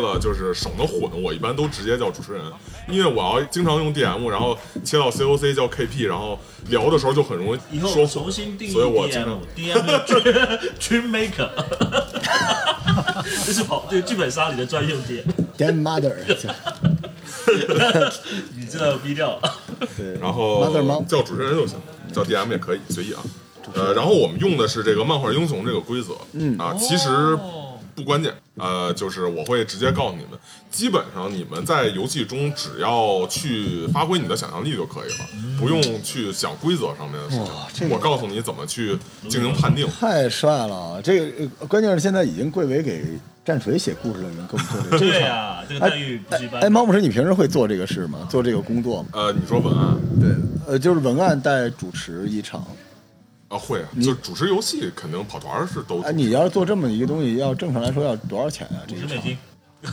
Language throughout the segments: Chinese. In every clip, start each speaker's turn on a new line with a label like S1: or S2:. S1: 了，就是省得混，我一般都直接叫主持人，因为我要经常用 DM，然后切到 COC 叫 KP，然后聊的时候就很容易
S2: 以后
S1: 说
S2: 我
S1: 混
S2: 重新定义
S1: 所以我经
S2: DM
S1: 常
S2: DM Dream Maker，这是跑这个剧本杀里的专用点，
S3: Damn mother，这
S2: 你这个逼掉了。
S3: 对，
S1: 然后
S3: mother 猫
S1: 叫主持人就行，叫 DM 也可以，随意啊。呃，然后我们用的是这个漫画英雄这个规则，嗯啊，其实不关键，呃，就是我会直接告诉你们，基本上你们在游戏中只要去发挥你的想象力就可以了，不用去想规则上面的事
S3: 哇这
S1: 情。
S3: 个
S1: 我告诉你怎么去进行判定，
S3: 太帅了！这个呃关键是现在已经贵为给战锤写故事的人，给我们做这个
S2: 对啊，这个待遇不是一
S3: 哎
S2: 般的。
S3: 哎，猫牧师，你平时会做这个事吗？做这个工作吗？
S1: 呃，你说文案
S3: 对，呃，就是文案带主持一场。
S1: 啊会啊，就主持游戏肯定跑团儿是都
S3: 哎，你要是做这么一个东西，要正常来说要多少钱啊？这
S2: 五
S3: 一
S2: 十美
S3: 场，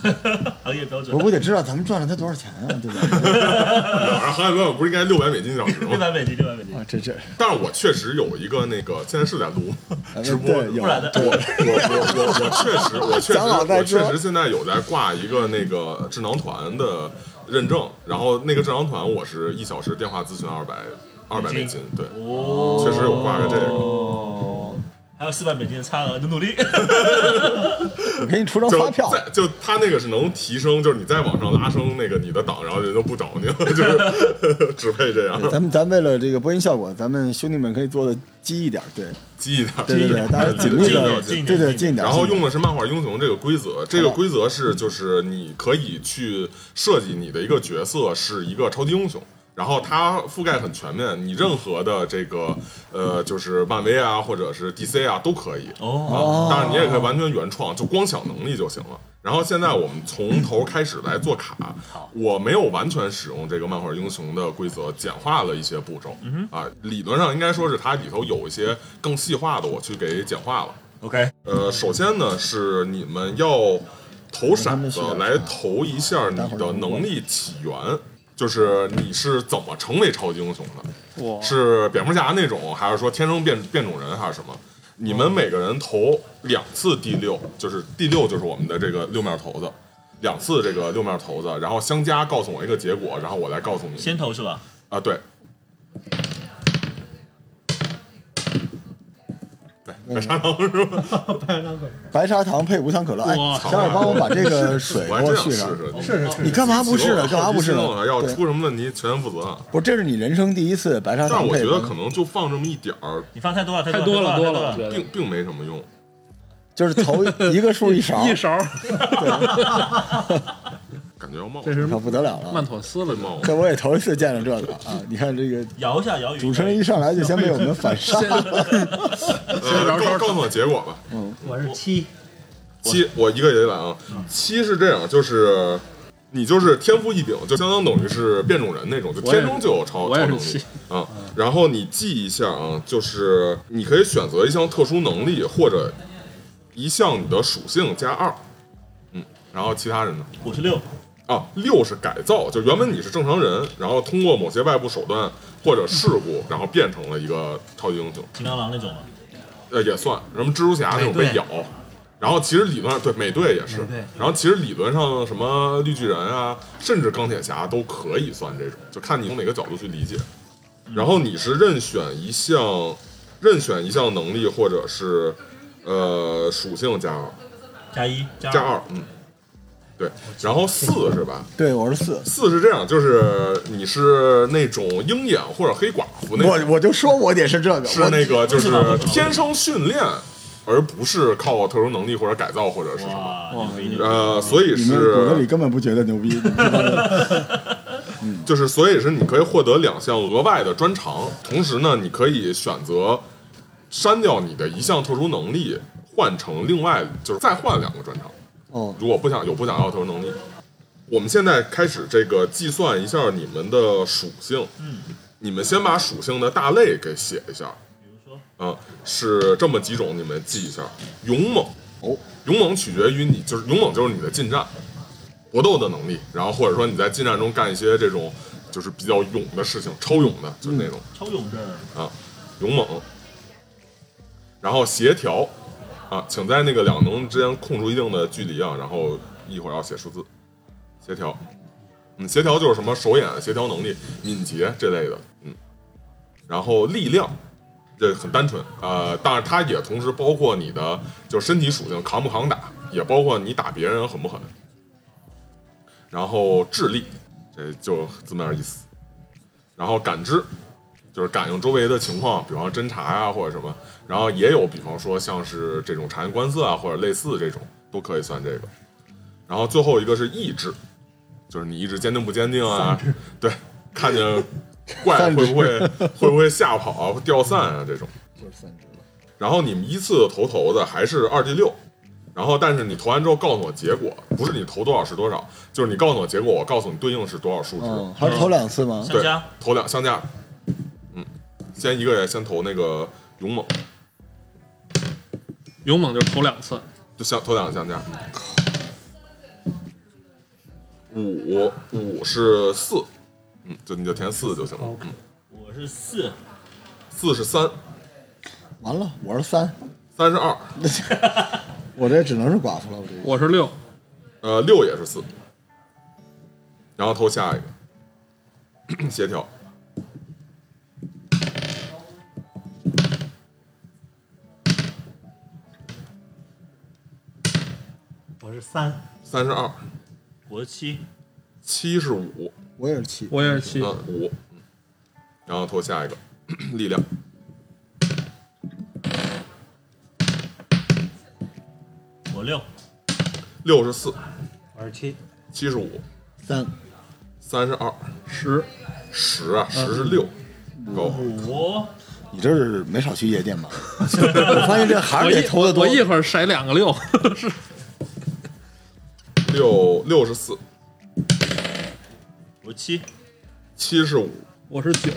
S2: 金，行业标准
S3: 我。我得知道咱们赚了他多少钱啊，对吧？
S1: 晚上航海表演不是应该六百美金一小时
S2: 六
S1: 吗？
S2: 百美金，六百美金。
S3: 啊，这这，
S1: 但是我确实有一个那个，现在是在录
S3: 呃
S1: 直播，
S3: 对，有
S2: 不然呢
S3: 对，
S1: 我我我我确实，我确实，
S3: 长老在
S1: 我确
S3: 说
S1: 实现在有在挂一个那个智囊团的认证，然后那个智囊团我是一小时电话咨询二百二百美金，对，
S3: 嗯
S2: 哦
S1: 确实有挂个这个
S2: 哦，还有四百美金的差额，努努力。
S3: 我给你出张
S1: 就
S3: 发票。
S1: 在就他那个是能提升，就是你在网上拉升那个你的档，然后人就不找你了，就是 只配这样
S3: 咱们咱为了这个播音效果，咱们兄弟们可以做的激一点，对，
S1: 记一点，
S3: 对对对， 大家紧
S1: 记
S3: 密
S1: 一点
S3: 的，
S1: 记一点
S3: 对对，近一点。
S1: 然后用的是漫画英雄这个规则，这个规则是就是你可以去设计你的一个角色是一个超级英雄，然后它覆盖很全面，你任何的这个呃就是漫威啊或者是 DC 啊都可以。
S2: 哦，
S1: 啊，当然你也可以完全原创，就光想能力就行了。然后现在我们从头开始来做卡，我没有完全使用这个漫画英雄的规则，简化了一些步骤。啊，理论上应该说是它里头有一些更细化的，我去给简化了。
S2: OK，
S1: 呃，首先呢是你们要投骰子来
S3: 啊
S1: 投一下你的能力起源，就是你是怎么成为超级英雄的？是蝙蝠侠那种，还是说天生变变种人，还是什么？你
S3: 嗯
S1: 们每个人投两次第六，就是第六就是我们的这个六面骰子，两次这个六面骰子，然后相加告诉我一个结果，然后我来告诉你。
S2: 先投是吧？
S1: 啊，对。对，白砂糖是吧？
S3: 白砂糖配无糖可乐。哎，
S2: 哇
S3: 小点帮我把这个水给
S1: 我还
S3: 我
S1: 这样
S3: 续
S1: 试
S3: 上。
S1: 试。
S4: 是是
S3: 你
S4: 是，
S3: 干嘛不是呢？
S1: 我
S3: 干嘛不是
S1: 好奇心
S3: 呢？
S1: 了要
S3: 对，
S1: 出什么问题全然负责。啊
S3: 不是，这是你人生第一次白砂
S1: 但
S3: 糖
S1: 是我
S3: 配
S1: 觉
S3: 的。
S1: 得可能就放这么一点儿，
S2: 你放太多了，太
S4: 太
S2: 多
S4: 多了
S2: 太了，
S4: 多了，
S2: 太
S4: 我觉得
S1: 并并没什么用。
S3: 就是头一个数一勺，
S4: 一勺，
S1: 感觉要冒
S4: 这是
S3: 可不得了了。
S4: 曼妥思了。
S1: 冒。
S3: 这我也头一次见着这个啊！你看这个
S2: 摇一下摇一下。
S3: 主持人一上来就先被我们反杀
S4: 先
S1: 呃，告告诉我结果吧。
S5: 嗯我是七，
S1: 七，我一个也得来啊。
S4: 嗯
S1: 七是这样，就是你就是天赋异禀，就相当等于是变种人那种，就
S4: 我也
S1: 天生就有超
S4: 我
S1: 超
S4: 也是
S1: 能力
S4: 七
S1: 啊。然后你记一下啊，就是你可以选择一项特殊能力或者一项你的属性加二，嗯，然后其他人呢？
S2: 五十六，
S1: 啊，六是改造，就原本你是正常人，然后通过某些外部手段或者事
S5: 嗯
S1: 故，然后变成了一个超级英雄，
S2: 金刚狼那种嘛。
S1: 呃，也算什么蜘蛛侠那种
S5: 美队
S1: 被咬，然后其实理论上对美队也是
S5: 美队，
S1: 然后其实理论上什么绿巨人啊，甚至钢铁侠都可以算这种，就看你从哪个角度去理解。
S5: 嗯
S1: 然后你是任选一项，任选一项能力或者是呃属性加二
S2: 加一加
S1: 加二，嗯，对，然后四是吧？
S3: 对，我是四。
S1: 四是这样，就是你是那种鹰眼或者黑寡妇那
S3: 我
S1: 种，
S3: 我就说我得是这个，
S1: 是
S3: 我
S1: 那个就是
S2: 不是吧不是吧
S1: 天生训练，而不是靠特殊能力或者改造或者是什么。
S2: 哇，牛逼牛逼！
S1: 呃，所以
S3: 你们骨子里
S1: 是
S3: 根本不觉得牛逼， 你知道吗
S1: 就是所以是你可以获得两项额外的专长，同时呢，你可以选择删掉你的一项特殊能力，换成另外就是再换两个专长。
S3: 哦，
S1: 如果不想有不想要的特殊能力，我们现在开始这个计算一下你们的属性。嗯，你们先把属性的大类给写一下。
S2: 比如说，
S1: 啊，是这么几种，你们记一下。勇猛，
S3: 哦，
S1: 勇猛取决于你，就是勇猛就是你的近战搏斗的能力，然后或者说你在近战中干一些这种就是比较勇的事情，超勇的，就是那种、
S2: 超勇的
S1: 啊，勇猛。然后协调，啊，请在那个两能之间空出一定的距离啊，然后一会儿要写数字，协调。嗯，协调就是什么手眼协调能力、敏捷这类的，嗯。然后力量，这很单纯，呃，但是它也同时包括你的就身体属性扛不扛打，也包括你打别人狠不狠。然后智力，这就字面意思。然后感知，就是感应周围的情况，比方侦查啊或者什么。然后也有比方说像是这种察言观色啊或者类似这种都可以算这个。然后最后一个是意志。就是你意志坚定不坚定啊？对，看见怪会不会会不会吓跑啊、掉散啊这种。
S3: 就是三只了。
S1: 然后你们依次投骰子还是二 D 六，然后但是你投完之后告诉我结果，不是你投多少是多少，就是你告诉我结果，我告诉你对应是多少数值。
S3: 嗯，还是投两次吗？
S2: 相
S1: 对
S2: 加，
S1: 投两相加。嗯，先一个人先投那个勇猛，
S4: 勇猛就投两次，
S1: 就相投两个相加。五五是四，嗯，就你就填四就行了。嗯，
S2: 我是四，
S1: 四是三，
S3: 完了，我是三，
S1: 三是二，
S3: 我这只能是寡妇了，我这
S4: 我是六，
S1: 呃，六也是四，然后投下一个 协调。
S2: 我是三，
S1: 三十二，
S2: 我是七，
S1: 七是五，
S3: 我也是七，
S4: 我也是七，
S1: 嗯，五，嗯然后投下一个力量，
S2: 我六，
S1: 六十四，
S2: 我是七，
S1: 七十五，
S3: 三，
S1: 三十二，
S4: 十，
S1: 十啊，十是六，够，
S2: 我
S3: 你这是没少去夜店吧？ 我发现这还
S4: 我
S3: 是
S4: 一
S3: 得投的多
S4: 我。一会儿甩两个六，是
S1: 六六十四，
S2: 我是七，
S1: 七十五，
S4: 我是九，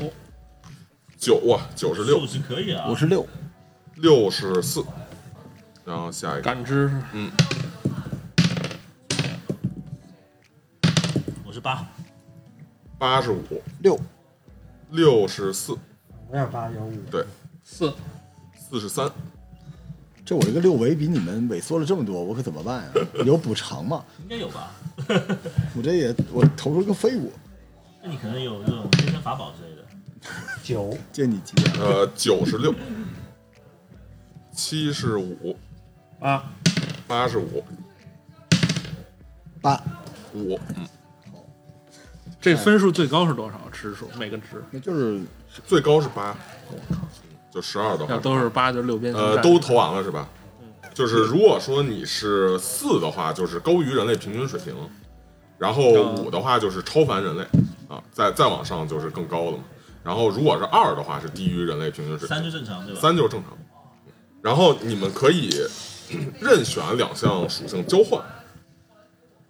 S1: 九啊，九十六
S2: 数，值可以啊，
S3: 我是六，
S1: 六十四，然后下一个
S4: 感知是
S3: 嗯
S2: 我是八，
S1: 八十五，
S3: 六，
S1: 六十四，
S5: 我也是八有五，
S1: 对，
S4: 四，
S1: 四十三，
S3: 这我这个六维比你们萎缩了这么多，我可怎么办呀？有补偿吗？
S2: 应该有吧？
S3: 我这也我投出个废物，
S2: 那你可能有这种天生法宝之类的。
S5: 九
S3: 借你吉言。
S1: 呃，九十六，七十五，
S4: 八，
S1: 八十五，
S3: 八，
S1: 五，嗯，
S4: 这
S3: 哎
S4: 分数最高是多少？指数每个值
S3: 那就是
S1: 最高是八，就十二的话
S4: 要，都是八就六边形
S1: 呃，
S2: 嗯
S4: 战
S1: 都投完了是吧？就是如果说你是四的话，就是高于人类平均水平；然后
S2: 嗯
S1: 五的话就是超凡人类啊，再再往上就是更高的嘛。然后如果是二的话，是低于人类平均水
S2: 三
S1: 平，
S2: 就正常对吧？
S1: 三就是正常。然后你们可以 任选两项属性交换，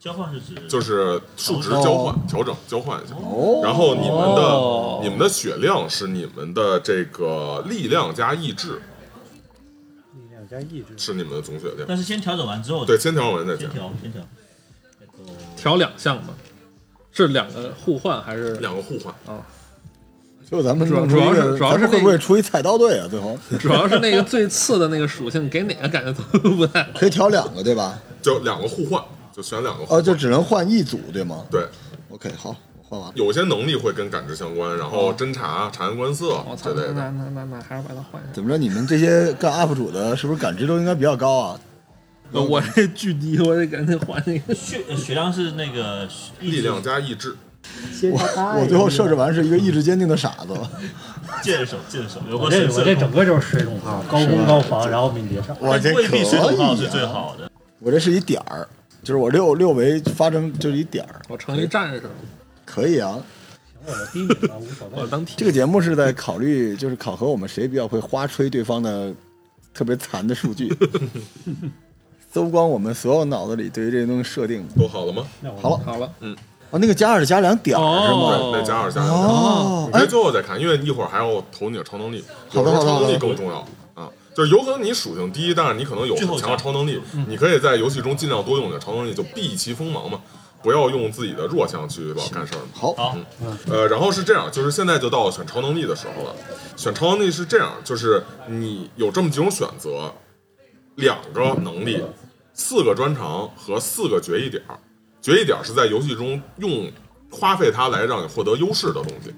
S2: 交换是指
S1: 就是数值交换、调整、交换一下。
S3: 哦
S1: 然后你们的、
S4: 哦
S1: 你们的血量是你们的这个力量加意志，
S5: 力量加意志，
S1: 是你们的总血量。
S2: 但是先调整完之后，
S1: 对，，先调完再
S2: 先
S1: 讲。
S2: 调先调。那个
S4: 调两项嘛，是两个互换还是
S1: 两个互换，
S3: 就咱们
S4: 主要
S3: 弄出一个
S4: 主要是主要是
S3: 咱们会不会出一菜刀队啊？最后
S4: 主要是那个最次的那个属性，给哪个感觉都不 太好。
S3: 可以调两个对吧？
S1: 就两个互换，就选两个互换。
S3: 哦，就只能换一组对吗
S1: 对，
S3: ？OK，好，我换完了。
S1: 有些能力会跟感知相关，然
S3: 哦
S1: 后侦查、察言观色
S4: 我操，
S1: 这类的。
S4: 那那那那那还是把它换一下。
S3: 怎么着？你们这些干 UP 主的，是不是感知都应该比较高啊？
S4: 呃我这巨低，我得赶紧换那个。
S2: 血呃血量是那个意志
S1: 力量加意志，
S5: 先
S3: 我
S5: 加八
S3: 我最后设置完是一个意志坚定的傻子，
S2: 剑手剑手，有
S5: 我
S2: 过
S5: 这
S2: 神
S5: 我这
S2: 射
S5: 整个就是水桶炮，高攻高防，然后敏捷上。
S3: 我这
S2: 未
S3: 可
S2: 必
S3: 以
S2: 水桶炮是最
S3: 啊！
S2: 好的。
S3: 我这是一点儿，就是我六六维发生就是一点儿，
S4: 我成一战士了，
S3: 可以啊。
S5: 行，我的第一名了，无所
S4: 我
S5: 谓。
S4: 当体
S3: 这个节目是在考虑，就是考核我们谁比较会花吹对方的特别残的数据， 搜光我们所有脑子里对于这些东西设定。
S1: 都好了吗？
S5: 那我
S3: 好了，
S4: 好了。
S3: 哦，那个加二加两点儿是吗？
S4: 哦
S1: 对，再加二加两。
S3: 哦
S1: 你，
S3: 哎
S1: 别，最后再看，因为一会儿还要投你的超能力，
S3: 好
S1: 有
S3: 的
S1: 时候超
S3: 好的
S1: 能力
S3: 好的
S1: 更重要啊。就是有可能你属性低，但是你可能有
S2: 最
S1: 很
S2: 后
S1: 强的
S2: 加
S1: 超能力，你可以在游戏中尽量多用你的超能力，就避其锋芒嘛，不要用自己的弱项去老干事儿嘛。
S3: 好，
S2: 好，
S1: 呃，然后是这样，就是现在就到了选超能力的时候了。选超能力是这样，就是你有这么几种选择，两个能力四个专长和四个决议点儿，决议点儿是在游戏中用花费它来让你获得优势的东西，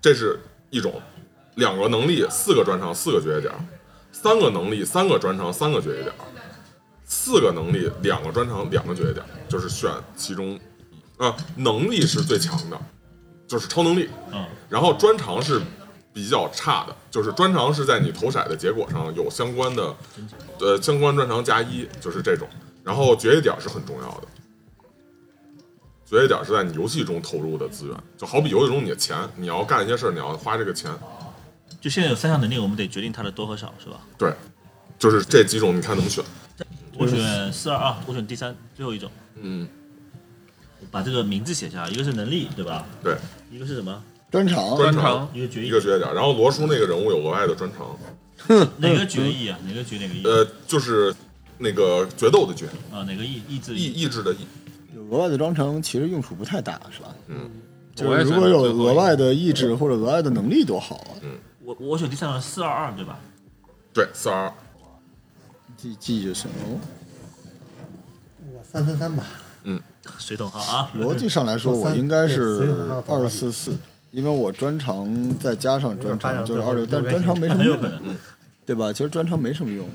S1: 这是一种；两个能力，四个专长，四个决议点儿；三个能力，三个专长，三个决议点儿；四个能力，两个专长，两个决议点儿，就是选其中一啊，能力是最强的，就是超能力，
S2: 嗯，
S1: 然后专长是比较差的，就是专长是在你投骰的结果上有相关的，呃，相关专长加一，就是这种。然后决议点是很重要的，决议点是在你游戏中投入的资源，就好比游戏中你的钱，你要干一些事儿，你要花这个钱。
S2: 就现在有三项能力，我们得决定它的多和少，是吧？
S1: 对，就是这几种，你看怎么选。
S2: 我选四二二，我选第三，最后一种，
S1: 嗯，
S2: 我把这个名字写下，一个是能力，对吧？
S1: 对，
S2: 一个是什么？
S3: 专场
S1: 专
S4: 长
S2: 一个决
S1: 一
S2: 议
S1: 个，决议点。然后罗叔那个人物有额外的专长，
S2: 哪个决议啊？哪个决哪个议？
S1: 呃，就是那个决斗的决，
S2: 啊，哪个意意志
S1: 意
S2: 意？
S1: 意志的意。
S3: 有额外的专长，其实用处不太大，是吧？就
S4: 我
S3: 是
S4: 也
S3: 如
S4: 选
S3: 果有
S4: 最后一
S3: 额
S4: 个哎
S3: 外的意志或者额外的能力多好啊！
S2: 我我选第三个四二二，对吧？
S1: 对，四二二。
S3: 记记就行了。 哦
S5: 我三三三吧，
S2: 水桶号啊，
S3: 逻辑上来说，
S5: 我
S3: 我
S5: 三
S3: 应该
S5: 对
S3: 是
S5: 所以我到
S3: 二
S5: 了
S3: 四四，因为我专长再加上专
S5: 有点发展
S3: 长就是
S5: 到
S3: 二六，但专长没什么
S2: 很有可
S3: 用，
S2: 能。
S3: 对吧？其实专长没什么用，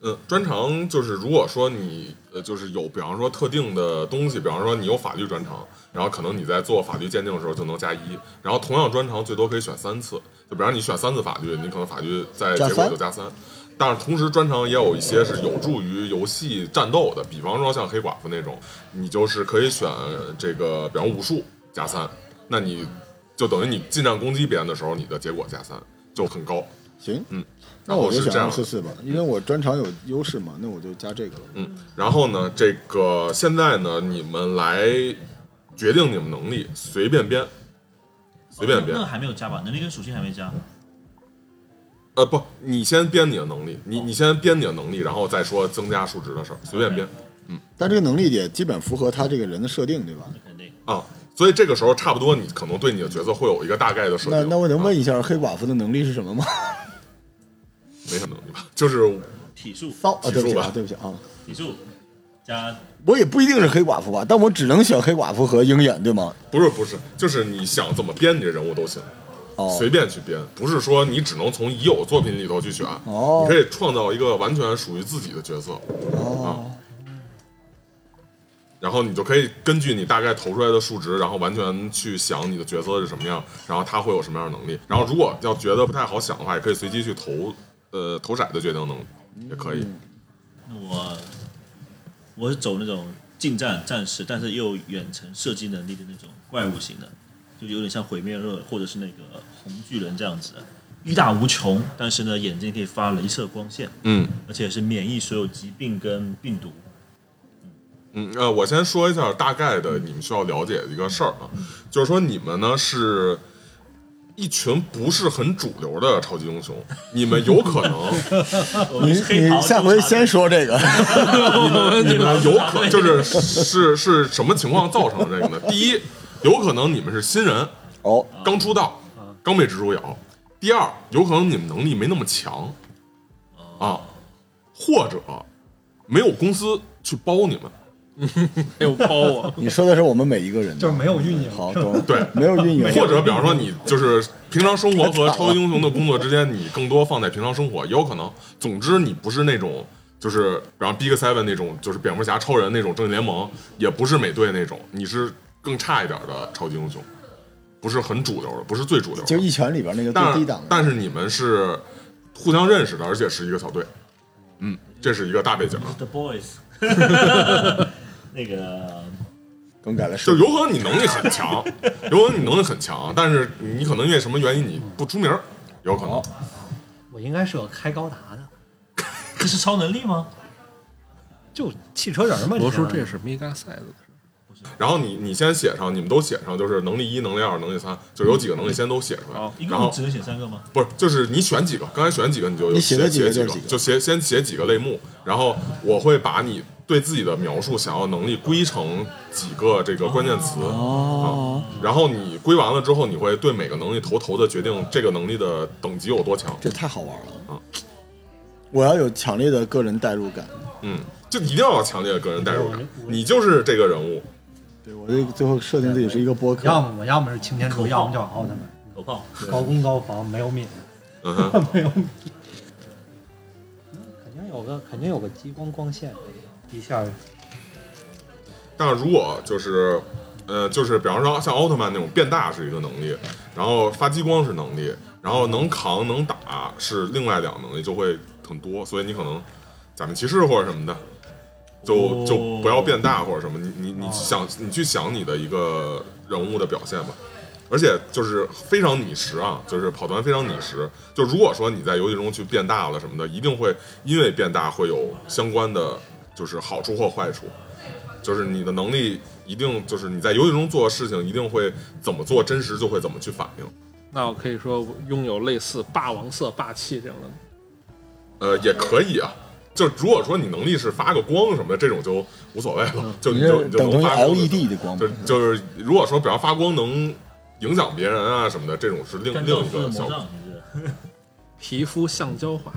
S1: 嗯，专长就是如果说你呃，就是有，比方说特定的东西，比方说你有法律专长，然后可能你在做法律鉴定的时候就能加一，然后同样专长最多可以选三次，就比方你选三次法律，你可能法律在
S3: 加
S1: 结果
S3: 三
S1: 就加三。但是同时，专长也有一些是有助于游戏战斗的，比方说像黑寡妇那种，你就是可以选这个，比方武术加三，那你就等于你近战攻击别人的时候，你的结果加三就很高。
S3: 行，
S1: 嗯，
S3: 那
S1: 然后
S3: 我就是选
S1: 这样
S3: 二
S1: 的
S3: 四四吧，因为我专长有优势嘛，那我就加这个了。
S1: 嗯，然后呢，这个现在呢，你们来决定你们能力，随便编，随便编
S2: 那。还没有加吧？能力跟属性还没加。
S1: 呃，不，你先编你的能力，你你先编你的能力，然后再说增加数值的事儿，随便编
S3: 但这个能力也基本符合他这个人的设定，对吧？
S2: 那肯定。
S1: 啊。所以这个时候差不多，你可能对你的角色会有一个大概的设
S3: 那
S1: 定。
S3: 那我能
S1: 啊、
S3: 问一下黑寡妇的能力是什么吗？
S1: 没什么能力吧？就是
S2: 体术，
S3: 骚啊，对不
S1: 数
S3: 起
S1: 吧
S3: 啊，对不起啊，
S2: 体术加
S3: 我也不一定是黑寡妇吧，但我只能选黑寡妇和鹰眼，对吗？
S1: 不是不是，就是你想怎么编你的人物都行，
S3: 哦
S1: 随，便去编，不是说你只能从已有作品里头去选，
S3: 哦
S1: 你可以创造一个完全属于自己的角色。啊
S3: 哦，
S1: 然后你就可以根据你大概投出来的数值，然后完全去想你的角色是什么样，然后他会有什么样的能力。然后如果要觉得不太好想的话，也可以随机去投，呃，投骰子决定能力也可以。
S2: 那我我是走那种近战战士，但是又有远程射击能力的那种怪物型的，就有点像毁灭热或者是那个红巨人这样子的，力大无穷，但是呢眼睛可以发镭射光线，
S1: 嗯
S2: 而且是免疫所有疾病跟病毒。
S1: 嗯呃，我先说一下大概的你们需要了解的一个事儿啊，就是说你们呢是。一群不是很主流的超级英雄，你们有可能，
S2: 我
S3: 你
S2: 们是黑
S3: 你
S2: 袍
S3: 下
S2: 纠
S3: 回
S2: 察
S3: 先
S2: 队
S3: 说这个，
S1: 你们有可就是是是什么情况造成这个呢？第一，有可能你们是新人，
S3: 哦，
S1: 刚出道，刚被蜘蛛咬。第二，有可能你们能力没那么强，啊，或者没有公司去包你们。
S4: 没有包我，
S3: 你说的是我们每一个人
S5: 就
S3: 的
S5: 是，没有运营。
S3: 好，懂，
S1: 对
S3: 没有运营，
S1: 或者，比方说，你就是平常生活和超级英雄的工作之间，你更多放在平常生活，也有可能。总之，你不是那种，就是比方 Big Seven 那种，就是蝙蝠侠、超人那种正义联盟，也不是美队那种，你是更差一点的超级英雄，不是很主流的，不是最主流的。
S3: 就一拳里边那个
S1: 但
S3: 最低档的，
S1: 但是你们是互相认识的，而且是一个小队。嗯，这是一个大背景，
S2: The Boys，那个
S3: 更改了设
S1: 就
S3: 定。
S1: 有可能你能力很强，有可能你能力很强，但是你可能因为什么原因你不出名儿，有可
S3: 哦
S1: 能。
S5: 我应该是个开高达的，
S2: 这是超能力吗？
S5: 就汽车人嘛。
S4: 罗
S5: 你知道
S4: 叔
S5: 吗
S4: 这是 mega size 的事
S1: 然后你你先写上，你们都写上，就是能力一、能力二、能力三，就有几个能力先都写出来
S4: 好，
S2: 嗯一
S1: 然
S2: 共
S1: 后
S2: 只能选三个吗？
S1: 不是，就是你选几个，刚才选几个你就
S3: 你
S1: 写
S3: 写了
S1: 几
S3: 几个
S1: 写
S3: 就是几个
S1: 就写先写几个类目，然后我会把你对自己的描述想要能力归成几个这个关键词哦、啊然后你归完了之后，你会对每个能力头头的决定这个能力的等级有多强。
S3: 这太好玩了
S1: 啊！
S3: 我要有强烈的个人代入感，
S1: 嗯，就一定要有强烈的个人代入
S5: 我
S1: 感
S5: 我，
S1: 你就是这个人物。
S3: 对我就最后设定自己是一个播客，
S5: 要么我要么是擎天柱，
S2: 口
S5: 要
S2: 号
S5: 么就是奥特曼，
S2: 口炮，
S5: 高工高防没有命，
S1: 嗯哼，
S5: 没有命。肯定有个肯定有个激光光线，一下
S1: 但如果就是，呃，就是比方说像奥特曼那种变大是一个能力，然后发激光是能力，然后能扛能打是另外两个能力，就会很多。所以你可能假面骑士或者什么的，就就不要变大或者什么，你你你想你去想你的一个人物的表现吧。而且就是非常拟实啊，就是跑团非常拟实。就如果说你在游戏中去变大了什么的，一定会因为变大会有相关的就是好处或坏处，就是你的能力一定就是你在游戏中做的事情一定会怎么做，真实就会怎么去反应。
S4: 那我可以说我拥有类似霸王色、霸气这样的。
S1: 呃，也可以啊。就如果说你能力是发个光什么的，这种就无所谓了，就
S3: 嗯
S1: 你
S3: 你
S1: 就是你就
S3: 等
S1: 能
S3: 同于
S1: 发光就
S3: LED 的光
S1: 就
S3: 谱，
S1: 就是如果说比方发光能影响别人啊什么的，这种是另
S2: 干
S1: 另
S2: 掉
S1: 一
S2: 是
S1: 个
S2: 魔
S1: 效果。
S2: 杖，你是
S4: 皮肤橡胶化，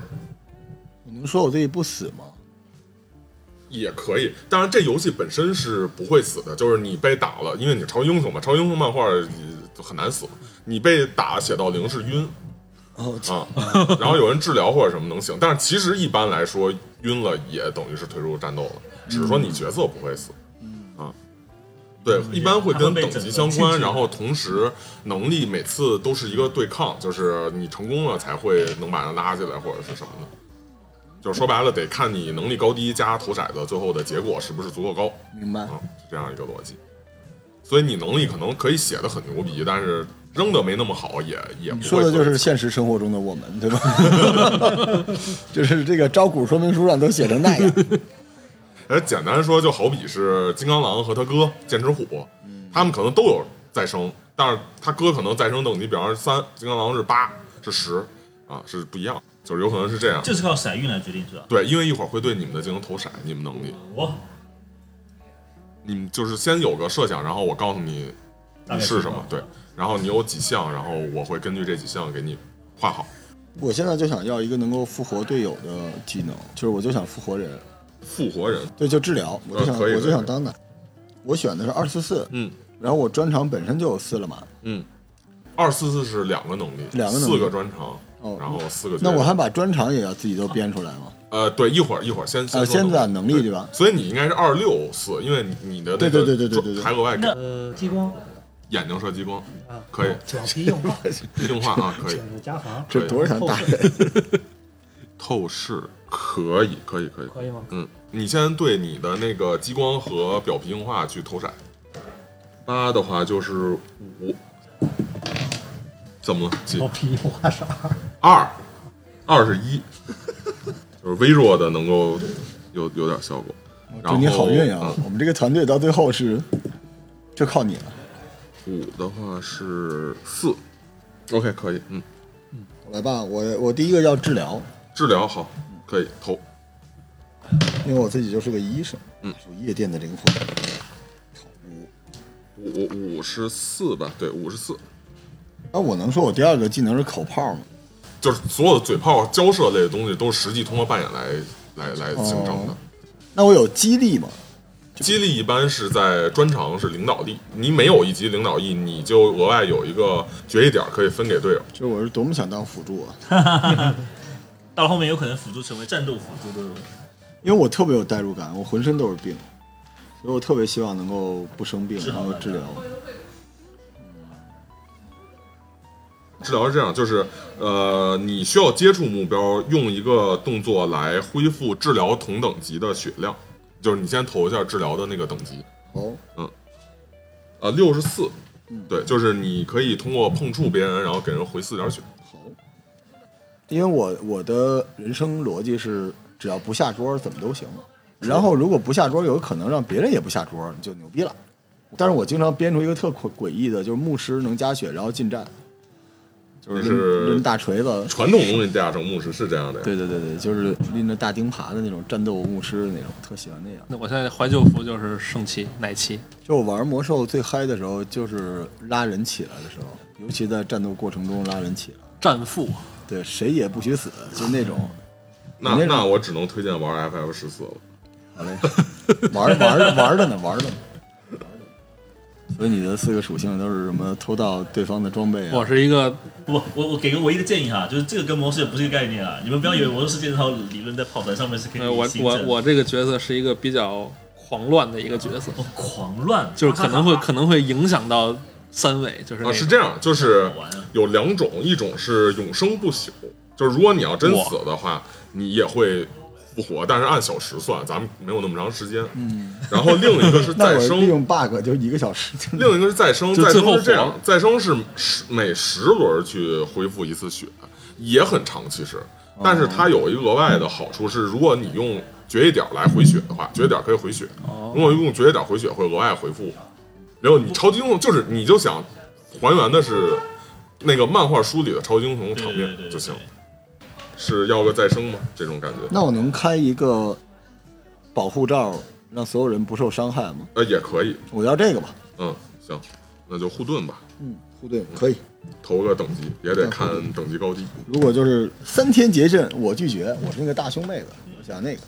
S3: 我能说我自己不死吗？
S1: 也可以。当然，这游戏本身是不会死的，就是你被打了，因为你是超级英雄嘛，超级英雄漫画呃很难死，你被打血到零是晕
S3: 哦，
S1: 啊，然后有人治疗或者什么能醒，但是其实一般来说晕了也等于是退出战斗了，只是说你角色不会死。
S3: 嗯
S1: 啊，对，一般会跟等级相关，然后同时能力每次都是一个对抗，就是你成功了才会能把人拉起来或者是什么的。就是说白了，得看你能力高低加投骰子最后的结果是不是足够高
S3: 明白。
S1: 啊，是这样一个逻辑。所以你能力可能可以写的很牛逼，但是扔的没那么好，也也不
S3: 你
S1: 会
S3: 说的就
S1: 特别
S3: 是现实生活中的我们，对吧？ 就是这个招股说明书上都写成那样，
S1: 而简单说，就好比是金刚狼和他哥剑齿虎，
S3: 嗯
S1: 他们可能都有再生，但是他哥可能再生等级，比方是三，金刚狼是八，是十，啊，是不一样，就是有可能是这样。
S2: 这是靠骰运来决定是吧？
S1: 对，因为一会儿会对你们的进行投骰，你们能力，
S2: 我
S1: 你们就是先有个设想，然后我告诉你
S2: 大概
S1: 是什
S2: 吧
S1: 么，对，然后你有几项，然后我会根据这几项给你画好。
S3: 我现在就想要一个能够复活队友的技能，就是我就想复活人，
S1: 复活人，
S3: 对，就治疗，我就想、
S1: 嗯可以
S3: 我就
S1: 可以
S3: 想当奶。我选的是二四四，
S1: 嗯
S3: 然后我专长本身就有四了嘛，
S1: 嗯，二四四是两个能力，
S3: 两个能力
S1: 四个专长，
S3: 哦
S1: 然后四个角色。
S3: 那我还把专长也要自己都编出来吗？
S1: 呃，对，一会儿一会儿先
S3: 呃，
S1: 说
S3: 先攒能力
S1: 对
S3: 对吧？
S1: 所以你应该是二六四，因为你你的那
S3: 对
S1: 个
S3: 对对对对对对
S1: 还额外给
S5: 呃激光
S1: 眼睛射激光，
S5: 啊，
S1: 可以
S5: 表皮硬化，
S1: 硬化啊， 可以
S5: 减弱加防，
S3: 这多少想打人？
S1: 透视，可以可以可以，
S5: 可以吗？
S1: 嗯，你先对你的那个激光和表皮硬化去投骰，八的话就是五，怎么了？几
S5: 表皮硬化 啥？
S1: 二，二是一， 就是微弱的能够有有点效果。然
S3: 祝
S1: 后
S3: 你好运啊呀！
S1: 嗯
S3: 我们这个团队到最后是就靠你了。
S1: 嗯五的话是四，OK 可以，嗯。
S3: 来吧，我我第一个要治疗，
S1: 治疗好，可以投。
S3: 因为我自己就是个医生，
S1: 嗯，
S3: 属夜店的灵魂。
S1: 五五十四吧，对，五十四，
S3: 那我能说我第二个技能是口炮吗？
S1: 就是所有的嘴炮、啊交涉类的东西都是实际通过扮演来来来形成的
S3: 哦。那我有激励吗？
S1: 激励一般是在专长是领导力，你每有一级领导力，你就额外有一个决议点可以分给队友。
S3: 就是我是多么想当辅助啊！
S2: 到了后面有可能辅助成为战斗辅助的，
S3: 因为我特别有代入感，我浑身都是病，所以我特别希望能够不生病，
S2: 治
S3: 然
S2: 好
S3: 后治疗。
S1: 治疗是这样，就是呃，你需要接触目标，用一个动作来恢复治疗同等级的血量，就是你先投一下治疗的那个等级。
S3: 哦，
S1: 啊，六十四，对，就是你可以通过碰触别人，然后给人回四点血。
S3: 好，因为我我的人生逻辑是，只要不下桌怎么都行。然后如果不下桌，有可能让别人也不下桌，你就牛逼了。但是我经常编出一个特诡诡异的，就是牧师能加血，然后进站，就是
S1: 就
S3: 拎
S1: 是
S3: 拎大锤子。
S1: 传统东西地下城牧师是这样的呀，
S3: 对对对对，就是拎着大钉耙的那种战斗牧师那种，特喜欢那样。
S4: 那我现在怀旧服就是圣骑、奶骑，
S3: 就我玩魔兽最嗨的时候，就是拉人起来的时候，尤其在战斗过程中拉人起来，
S4: 战父
S3: 对，谁也不许死，就那种。
S1: 那
S3: 你那种
S1: 那我只能推荐玩 FF 十四了。
S3: 好嘞，玩玩玩的呢，玩的呢。所以你的四个属性都是什么？偷盗对方的装备啊？
S4: 我是一个
S2: 我我我给个唯一的建议哈，就是这个跟魔术也不是一个概念啊，你们不要以为魔术世界这套理论在跑团上面是可以
S4: 呃，我
S2: 行
S4: 我
S2: 政
S4: 我这个角色是一个比较狂乱的一个角色，
S2: 我狂乱，
S4: 就是可 能会
S2: 哈哈哈
S4: 可能会影响到三位，哦就是那
S1: 啊，
S4: 个
S1: 是这样，就是
S2: 好玩啊
S1: 有两种，一种是永生不朽，就是如果你要真
S2: 哇
S1: 死的话，你也会复活，但是按小时算，咱们没有那么长时间。嗯，然后另一个是
S3: 那
S1: 再
S3: 我利
S1: 生，
S3: 用 bug 就一个小时，
S1: 另一个是再生，
S4: 就
S1: 再
S4: 最后
S1: 生是这样
S4: 活，
S1: 再生是十每十轮去恢复一次血，也很长其实，但是它有一个额外的好处是，如果你用绝一点来回血的话，绝一点可以回血，如果用绝一点回血会额外回复。然后你超级英雄就是你就想还原的是那个漫画书里的超级英雄
S2: 对
S1: 场
S2: 对对
S1: 面
S2: 对对
S1: 就行，是要个再生吗？这种感觉，
S3: 那我能开一个保护罩，让所有人不受伤害吗？
S1: 呃，也可以，
S3: 我要这个吧。
S1: 嗯，行，那就护盾吧，
S3: 嗯，护盾可以。
S1: 投个等级也得看等级高低。
S3: 如果就是三天结阵，我拒绝，我是那个大胸妹子，我想那个。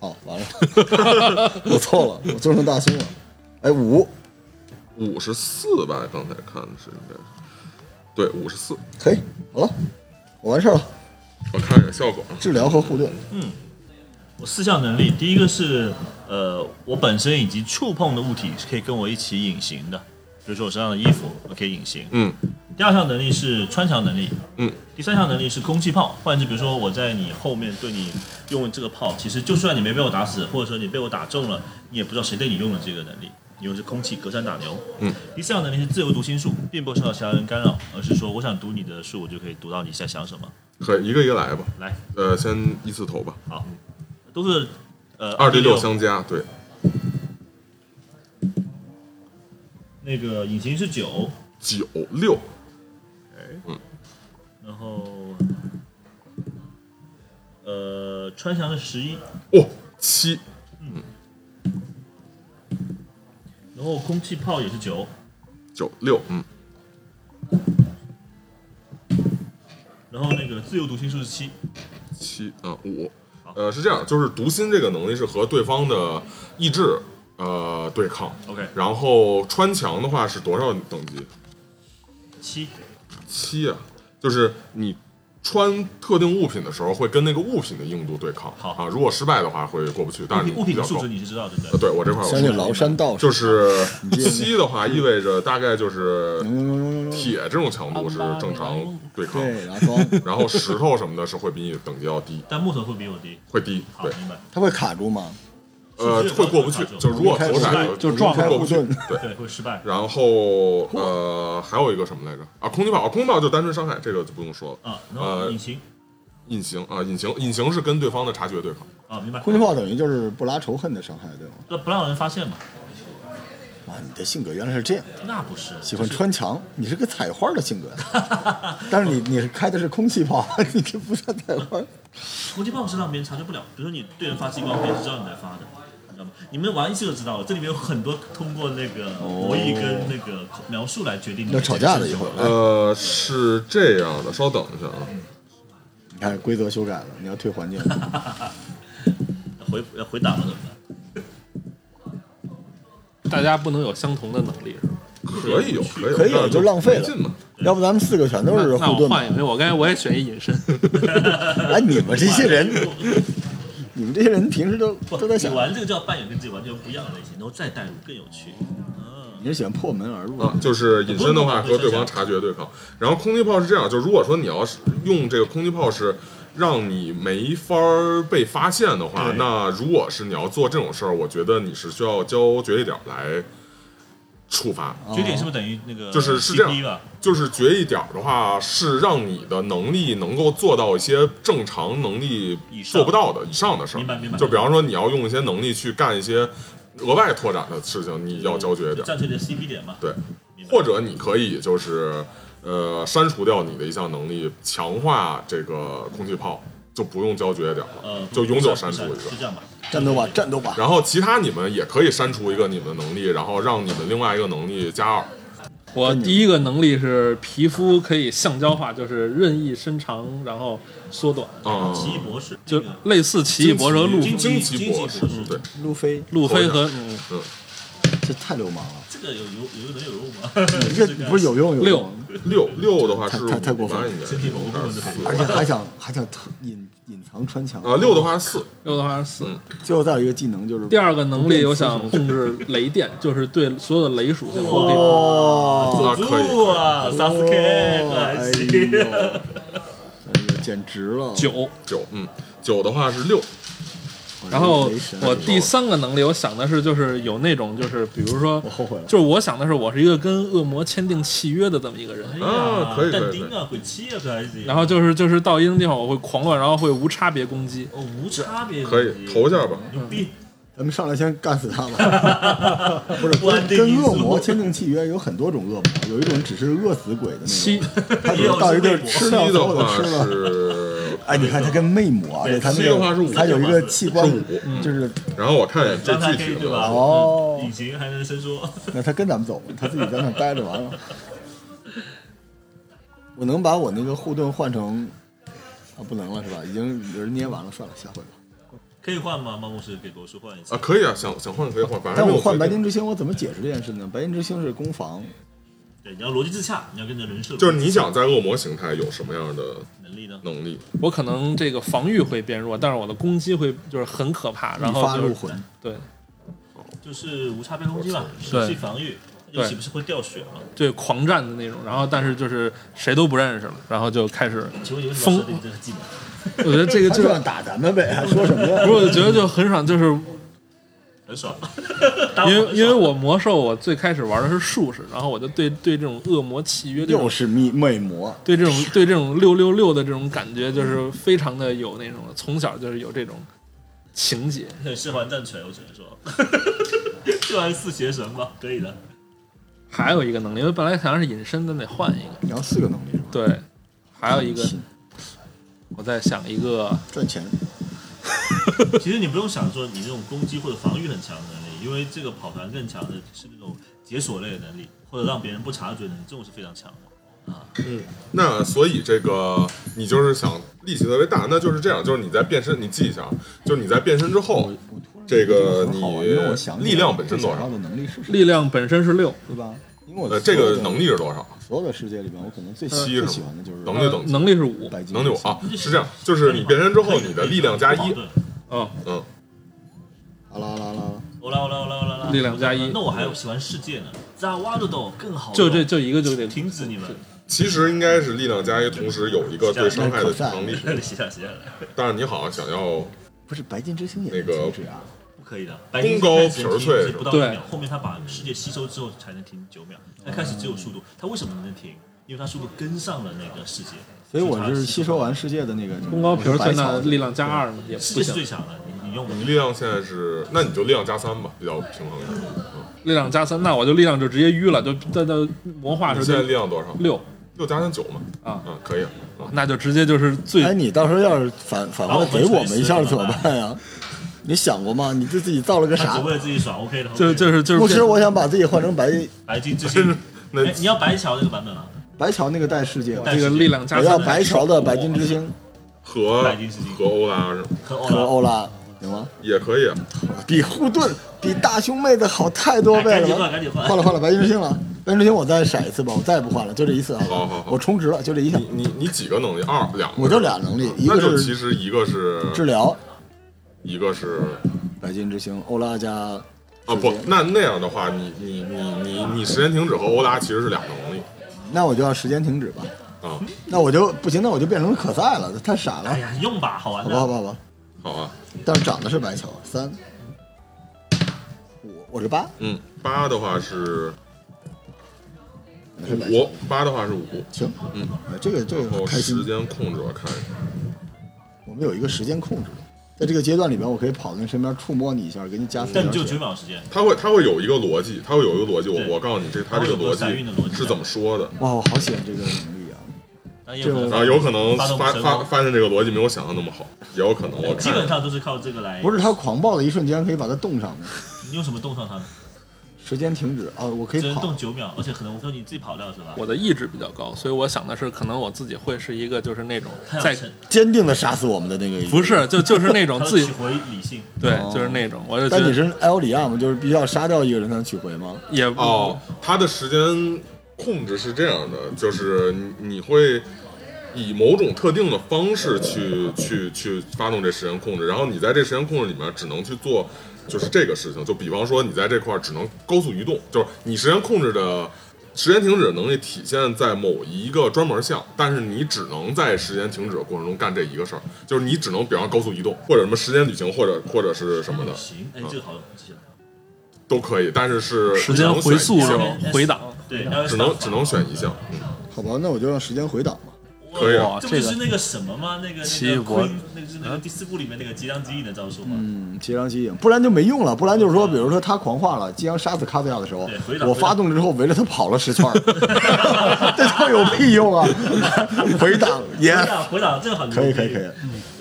S3: 哦，完了， 我错了，我做成大胸了。哎，五
S1: 五十四吧，刚才看的是应该是，对，五十四。
S3: 可以，好了，我完事儿了。
S1: 我看一下效果啊，
S3: 治疗和护盾，
S2: 我四项能力，第一个是呃，我本身以及触碰的物体是可以跟我一起隐形的，比如说我身上的衣服，我可以隐形。
S1: 嗯
S2: 第二项能力是穿墙能力，
S1: 嗯。
S2: 第三项能力是空气炮，换言之，比如说我在你后面对你用这个炮，其实就算你没被我打死，或者说你被我打中了，你也不知道谁对你用了这个能力。你用的是空气隔山打牛。
S1: 嗯。
S2: 第四项能力是自由读心术，并不受到其他人干扰，而是说我想读你的术，我就可以读到你在想什么。
S1: 可以一个一个来吧，
S2: 来，
S1: 呃，先依次投吧，
S2: 好，都是呃
S1: 二 D
S2: 第
S1: 六相加，对，
S2: 那个隐形是九，
S1: 九六，
S2: 然后呃穿墙是十一，
S1: 哦，七，
S2: 然后空气炮也是九，
S1: 九六，嗯，
S2: 然后那个自由读心术是七，
S1: 七啊五，呃，是这样，就是读心这个能力是和对方的意志呃对抗
S2: OK
S1: 然后穿墙的话是多少等级？
S2: 七
S1: 七啊，就是你穿特定物品的时候会跟那个物品的硬度对抗，
S2: 好
S1: 啊，如果失败的话会过不去，但
S2: 物
S1: 是
S2: 品
S1: 你
S2: 物
S1: 比
S2: 品
S1: 较
S2: 的
S1: 高
S2: 数值，你是知道对不
S1: 呃，
S2: 对？
S1: 对我这块儿
S3: 像
S1: 我
S3: 那崂山道士
S1: 就，是
S3: 记得那
S1: 七的话意味着大概就是
S3: 嗡嗡嗡嗡嗡
S1: 铁这种强度是正常对抗，
S3: 对，然后 装
S1: 然后石头什么的是会比你等级要低，
S2: 但木头会比我低。
S1: 会低，
S2: 好，
S1: 对，
S2: 明白。
S3: 它会卡住吗？
S1: 呃，
S2: 是是
S1: 会过不去
S2: 是，
S1: 就是如果投骰子
S4: 就撞
S1: 会
S4: 了
S1: 过不去
S3: 护盾，
S1: 对。
S2: 对，会失败。
S1: 然后呃，还有一个什么来着？啊，空气炮，啊空气炮就单纯伤害，这个就不用说了。
S2: 啊，然后
S1: 呃
S2: 隐形
S1: 隐形啊，隐形，隐形是跟对方的察觉对抗，
S2: 啊，明白。
S3: 空气炮等于就是不拉仇恨的伤害，对吗？
S2: 不不让人发现嘛？
S3: 哇，你的性格原来是这样，
S2: 那不是，
S3: 喜欢
S2: 就是
S3: 穿墙，你是个采花的性格 呀，但是你你是开的是空气炮， 你这不算采花。
S2: 空气炮是让别人察觉不了。比如说你对人发激光，别人是知道你在发的，你知道吗？你们玩一次就知道了。这里面有很多通过那个
S1: 哦
S2: 博弈跟那个描述来决定你
S3: 要
S2: 的
S3: 吵架了
S2: 这
S3: 一
S2: 个事
S3: 会
S2: 情
S3: 儿，来，
S1: 呃，是这样的，稍等一下啊，
S3: 你看规则修改了，你要退环境，
S4: 嗯
S2: 回要回档了怎么
S3: 啊
S2: 办？
S4: 大家不能有相同的能力。是吧
S1: 可以有，可以有，
S3: 可以有
S1: 但是
S3: 就浪费
S1: 没劲嘛
S3: 了。要不咱们四个全都
S4: 那
S3: 是
S4: 那
S3: 护
S4: 我
S3: 盾
S4: 换
S3: 吧？
S4: 一回，我刚才我也选一隐身，
S3: 哎，你们这些人，你们这些人平时都
S2: 不
S3: 都在想
S2: 你，玩这个就要扮演跟自己完全不一样的类型，然后再带入更有趣。嗯，
S3: 你是喜欢破门而入
S1: 啊，就是隐身的话和对方察觉对抗。然后空气炮是这样，就如果说你要是用这个空气炮是让你没法儿被发现的话
S2: 对，
S1: 那如果是你要做这种事儿，我觉得你是需要交决议点儿来处罚。
S3: 哦
S2: 绝点是不是等于那个
S1: 就是是这样
S2: CP 吧？
S1: 就是决议点儿的话，是让你的能力能够做到一些正常能力
S2: 以上
S1: 做不到的以上的事儿。
S2: 明白明白
S1: 就比方说，你要用一些能力去干一些额外拓展的事情，你要交决议
S2: 就
S1: 点儿。
S2: 战锤的 CP 点嘛？
S1: 对，
S2: 明白
S1: 或者你可以就是呃删除掉你的一项能力，强化这个空气炮，就不用交绝点了，
S2: 呃，
S1: 就永久删除
S2: 不
S1: 一
S2: 是是
S1: 个。
S2: 这样吧？
S3: 战斗吧，战斗吧，
S1: 然后其他你们也可以删除一个你们的能力，然后让你们另外一个能力加二。
S4: 我第一个能力是皮肤可以橡胶化，就是任意伸长，然后缩短，
S1: 啊，
S2: 奇异博士
S4: 就
S2: 那个
S4: 类似奇异博士和路
S2: 惊
S1: 惊
S2: 奇
S1: 奇博士
S2: 惊奇博士
S1: 对，
S3: 路飞，
S4: 路飞和嗯
S1: 嗯，
S3: 这太流氓了，
S2: 这个有有有能有用吗？
S3: 这不是有用有
S4: 六
S3: 用，
S1: 六六的话是
S3: 太太太过分了
S1: 五吧应该
S2: 身体某个部分的反应
S1: 是
S3: 而且还想还想特隐隐藏穿墙
S1: 啊，六的话是四，
S4: 六的话是四。
S3: 最后再有一个技能就是
S4: 第二个能
S3: 嗯
S4: 力，我想控制雷电，就是对所有的雷属性都可以。
S1: 啊
S3: 哦，
S1: 可以，
S2: 不啊，萨斯 K
S3: 哎
S2: 还
S3: 呦，
S2: 行。
S3: 哎呦，简直了！
S4: 九，
S1: 九嗯九的话是六
S4: 然后
S3: 雷神
S4: 我第三个能力，我想的是就是有那种就是比如说
S3: 我，后悔了，
S4: 就是我想的是我是一个跟恶魔签订契约的这么一个人，
S1: 啊可以可以
S2: 哎但丁啊，鬼泣啊，可还行。
S4: 然后就是就是到一定地方我会狂乱，然后会无差别攻击。
S2: 哦，无差别
S1: 可以投一下吧，
S2: 牛逼，
S3: 咱们上来先干死他吧。 不是
S2: 不安
S3: 跟
S2: 定
S3: 跟
S2: 因素
S3: 恶魔签订契约有很多种恶魔，有一种只是饿死鬼的那
S4: 七
S3: 种， 他只是到一地儿吃
S1: 七
S3: 掉
S1: 的
S3: 所有的
S1: 话
S3: 吃了。
S1: 是，
S3: 哎，你看他跟魅魔，而且他那
S1: 七的话是五
S3: 个他有一个器官
S1: 是五，
S3: 就是
S1: 然后我看一眼这
S2: 让他
S1: 具
S2: K
S1: 体
S2: 对
S1: 的，
S2: 吧？
S3: 哦
S2: 隐形还能伸缩，
S3: 那他跟咱们走，他自己在那儿待着完了。我能把我那个护盾换成啊，不能了是吧？已经有人捏完了，算了，下回吧。
S2: 可以换吗？办公室给国师换一次
S1: 啊，。可以啊，想想换可以换，反正
S3: 但
S1: 没
S3: 我
S1: 有
S3: 换
S1: 规
S3: 白
S1: 定
S3: 金之星，我怎么解释这件事呢？白金之星是攻防，
S2: 对，你要逻辑自洽，你要跟着人设，
S1: 就是你想在恶魔形态有什么样的
S2: 能力呢？
S1: 能力？
S4: 我可能这个防御会变弱，但是我的攻击会就是很可怕，然
S3: 一
S4: 后
S3: 发
S4: 就
S3: 入
S4: 是
S3: 魂。
S4: 对
S2: 就是无差别攻击吧，
S4: 对
S2: 舍弃防御，那
S4: 对
S2: 岂不是会掉血吗？
S4: 对狂战的那种，然后但是就是谁都不认识了，然后就开始，
S2: 请问你为什
S4: 疯
S2: 么设定这个技能？
S4: 我觉得这个
S3: 他
S4: 就
S3: 就是想打咱们呗，还 说什么呀？
S4: 不是，我觉得就很爽，就是
S2: 很爽，
S4: 因为因为我魔兽我最开始玩的是术士，然后我就对对这种恶魔契约这
S3: 又
S4: 种
S3: 是魅魅魔，
S4: 对这种对这种六六六的这种感觉，就是非常的有那种从小就是有这种情节。
S2: 很是环战锤，我只能说， 就玩四邪神吧，可以的。
S4: 还有一个能力，因为本来好像是隐身的，得换一个。
S3: 你要四个能力是吧？
S4: 对，还有一个
S3: 行
S4: 我在想一个，
S3: 赚钱，
S2: 其实你不用想说你那种攻击或者防御很强的能力，因为这个跑团更强的是那种解锁类的能力，或者让别人不察觉的能力，这种是非常强的。
S1: 那所以这个你就是想力气特别大，那就是这样，就是你在变身，你记一下，啊就是你在变身之后，这个
S3: 很好玩啊
S1: 你
S3: 因为我想起来
S1: 力量本身多少
S3: 我想要的能力是什么，
S4: 力量本身是六，
S3: 对吧？因为我
S1: 呃，这个能
S3: 力，
S1: 力是多少？
S3: 所有的世界里边，我可能最
S1: 七
S3: 喜
S1: 是
S3: 最
S1: 吗
S3: 喜欢的就是
S1: 能力等级，
S4: 能力是五，
S3: 白金
S1: 能力有啊，是这样，就是你变身之后，你的力量加一，
S4: 嗯，
S1: 嗯，
S3: 啊啦啦啦啦，
S2: 欧啦欧啦欧啦欧啦，
S4: 力量加一
S2: 那我还喜欢世界呢，扎哇的斗更好用。
S4: 就这就一个就得
S2: 停止你 们，
S1: 其实应该是力量加一，同时有一个对伤害的能力，
S2: 写下写下来，
S1: 但是你好像想要
S3: 不是白金之星也
S1: 那个
S3: 能停止啊？
S2: 不可以的。
S1: 功高皮儿脆
S2: 不到一秒，后面他把世界吸收之后才能停九秒，他开始只有速度，他为什么能停？因为他速度跟上了那个世界，
S3: 所以我是吸收完世界的那个
S4: 功高皮儿
S3: 白
S4: 脆，
S3: 操
S4: 那力量加二也
S2: 世
S4: 不
S2: 界是
S4: 行
S2: 最，强的，你你用
S1: 你力量现在是，那你就力量加三吧，比较平衡一点。
S4: 力量加三，那我就力量就直接淤了，就在那魔化
S1: 你
S4: 时
S1: 现在
S4: 就
S1: 力量多少？
S4: 六，
S1: 六加三九嘛，
S4: 啊
S1: 嗯，可以啊，嗯
S4: 那就直接就是最
S3: 哎，你到时候要是反反过来给我们一下怎么办呀？你想过吗？你就自己造了个
S2: 他
S3: 啥
S2: 只？为了自己爽，OK 的。
S4: 就
S2: OK 的
S4: 就是就是
S3: 牧师，
S4: 变
S3: 我想把自己换成白
S2: 白金之 星，
S1: 那
S2: 哎，你要白桥那个版本啊？
S3: 白桥那个带 世界吧，
S4: 这个力量加
S3: 我要
S4: 三，
S3: 白桥的白金之星
S1: 和
S2: 拜金之星
S1: 和欧拉是吗
S2: 和欧
S3: 和
S2: 拉，
S3: 欧拉，行吗？
S1: 也可以啊，
S3: 比护盾比大胸妹子好太多倍了吧
S2: 哎赶紧换赶紧换
S3: 换了换了白金之星了，白金之星我再闪一次吧，我再也不换了，就这一次啊。
S1: 好好好
S3: 我充值了，就这一下
S1: 你。你你几个能力？二两个？
S3: 我就俩能力一
S1: 那
S3: 个
S1: 就是其实一个是
S3: 治疗，
S1: 一个是
S3: 白金之星，欧拉加
S1: 啊不，那那样的话，你你你你你时间停止和欧拉其实是俩能力
S3: 那我就要时间停止吧。
S1: 啊，
S3: 那我就不行，那我就变成可赛了，太傻了
S2: 哎。呀，用吧，好玩
S3: 好
S2: 的。
S3: 吧，好吧，好吧。
S1: 好啊，
S3: 但是长得是白球，三，五，我是八，
S1: 嗯，八的话是
S3: 我是白球。
S1: 五，八的话是五，
S3: 行，
S1: 嗯，
S3: 哎这个这
S1: 然
S3: 个
S1: 后
S3: 开
S1: 时
S3: 心。
S1: 间控制我看一下，
S3: 我们有一个时间控制，在这个阶段里边，我可以跑到你身边触摸你一下，给你加速
S2: 但
S3: 点
S2: 你
S3: 血。
S2: 就九秒时间，
S1: 他会他会有一个逻辑，他会有一个逻辑，我
S2: 对
S1: 我告诉你这他这个逻
S2: 它会有个载运的逻
S1: 辑啊
S2: 辑
S1: 是怎么说的。
S3: 哇，我好喜欢这个能力啊！
S2: 但也有可能
S1: 然后有可能
S2: 发动
S1: 发
S2: 神
S1: 发
S2: 功，
S1: 发现这个逻辑没有想象那么好，也有可能我
S2: 基
S1: 看
S2: 本上都是靠这个来。
S3: 不是他狂暴的一瞬间可以把它冻上的，
S2: 你用什么冻上他们？
S3: 时间停止啊，我可
S2: 只
S3: 以
S2: 能
S3: 跑
S2: 动。九秒，而且可能我说你自己跑掉是吧？
S4: 我的意志比较高，所以我想的是，可能我自己会是一个就是那种
S2: 他要
S4: 在
S2: 趁
S3: 坚定的杀死我们的那个，
S4: 不是就就是那种
S2: 他要
S4: 自己
S2: 取回理性，
S4: 对
S3: 哦，
S4: 就是那种，我就觉
S3: 但你
S4: 得
S3: 是埃欧里亚嘛，就是必须要杀掉一个人才能取回吗？
S4: 也
S1: 哦，它的时间控制是这样的，就是你你会以某种特定的方式去去去发动这时间控制，然后你在这时间控制里面只能去做就是这个事情，就比方说你在这块儿只能高速移动，就是你时间控制的。时间停止能力体现在某一个专门项，但是你只能在时间停止的过程中干这一个事儿，就是你只能比方说高速移动，或者什么时间旅行，或者或者是什么的
S2: 行，哎，
S1: 嗯
S2: 这个好像不行。
S1: 都可以，但是是
S4: 时间回溯是吧？回档，嗯
S2: 对，然后
S1: 只能只能选一项。嗯
S3: 好吧，那我就让时间回档吧。
S1: 可以啊
S4: 哇，
S2: 这
S4: 这
S2: 不是
S4: 个
S2: 那个什么吗？那个
S4: 奇异
S2: 那个
S4: 博
S2: 昆那个是
S4: 嗯
S2: 那个第四部里面那个吉良吉影的招数吗？
S3: 嗯，截长吸引，不然就没用了。不然就是说，比如说他狂化了，即将杀死卡特亚的时候
S2: 对回，档
S3: 我发动之后围着他跑了十圈儿， 这他妈有屁用 啊！回档也
S2: 回档啊回档，这个很牛
S3: 可以，
S2: 逼
S3: 可以，可以。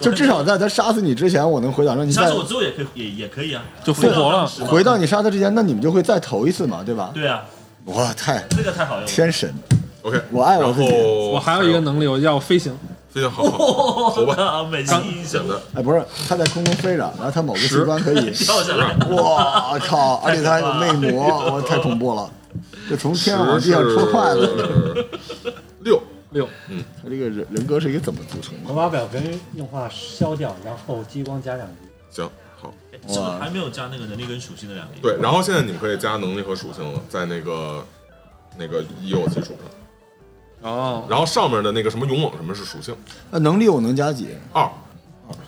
S3: 就至少在他杀死你之前，我能回档，让你
S2: 杀
S3: 再
S2: 死我之后也可以也也可以啊，
S4: 就复活
S2: 回到
S4: 了
S2: 当时嘛
S3: 回到你杀他之前，那你们就会再投一次嘛，对吧？
S2: 对啊，
S3: 哇，太
S2: 这个太好用了。
S3: 天神！
S1: OK，
S3: 我爱我
S1: 然
S3: 自己
S1: 后
S4: 我还有一个能力，我叫飞行，
S1: 非 常好，好好投吧，
S2: 啊，美系英
S1: 简
S2: 雄
S1: 单。
S3: 哎，不是，他在空中飞着，然后他某个器官可 以，
S2: 跳下来，
S3: 嗯哇靠！而且他还有
S2: 太可怕了
S3: 魅魔，我太恐怖了，就从 天啊上往地
S1: 十
S3: 上戳筷子。
S1: 是 六，
S4: 六
S3: 他这个人人格是一个怎么组成的
S5: 我？把表根用化消掉，然后激光加两滴。
S1: 行好，
S2: 哎是不是还没有加那个能力跟属性的两个？
S1: 对，然后现在你们可以加能力和属性了，在那个那个已有基础上，
S4: 哦，
S1: 然后上面的那个什么勇猛什么是属性
S3: 啊，能力我能加几？
S1: 二，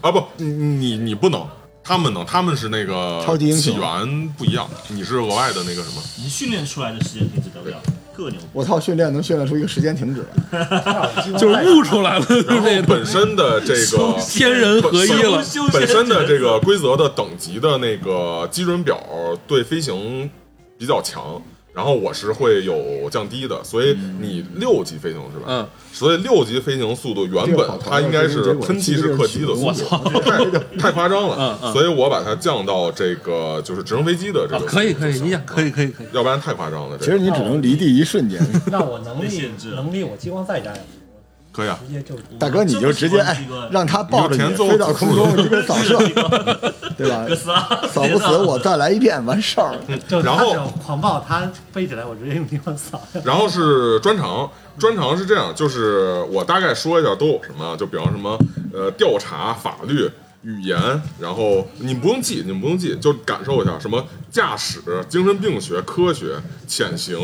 S1: 啊不，你你你不能。他们能，他们是那个
S3: 超级英雄
S1: 起源不一样，你是额外的那个 什么，
S2: 你训练出来的时间停止得了，特牛逼。
S3: 我操，训练能训练出一个时间停止来，
S4: 就是悟出来了，就是
S1: 然后
S4: 那种
S1: 本身的这个
S4: 天人合一了。
S2: 修仙
S1: 本身的这个规则的等级的那个基准表对飞行比较强，然后我是会有降低的，所以你六级飞行是吧？
S4: 嗯，
S1: 所以六级飞行速度原本它应该是喷气式客机的速度，
S4: 我操，
S1: 太太夸张了
S4: 嗯，嗯
S1: 所以我把它降到这个就是直升飞机的这
S4: 啊
S1: 个，，
S4: 可以可以，你想可以可以可以，
S1: 要不然太夸张了。
S3: 其
S1: 这
S3: 实
S1: 个
S3: 你只能离地一瞬间。
S5: 那我能
S2: 被
S5: 力
S2: 限制了
S5: 能力我激光再加两滴，
S1: 可以啊，
S5: 直接就
S3: 大哥，你就直接哎，让他抱着
S1: 你就
S3: 你
S1: 前奏
S3: 飞到空中，你就跟扫 射，对吧
S4: 哎
S2: 哥？斯拉
S3: 扫不死我，再来一遍，完事 儿。
S5: 就
S1: 然
S5: 他
S1: 后
S5: 只要狂暴，他飞起来，我直接用激光扫。
S1: 然后是专长，专长是这样，就是我大概说一下都有什么，就比方什么呃调查、法律、语言，然后你不用记，你不用记，就感受一下什么驾驶、精神病学、科学、潜行，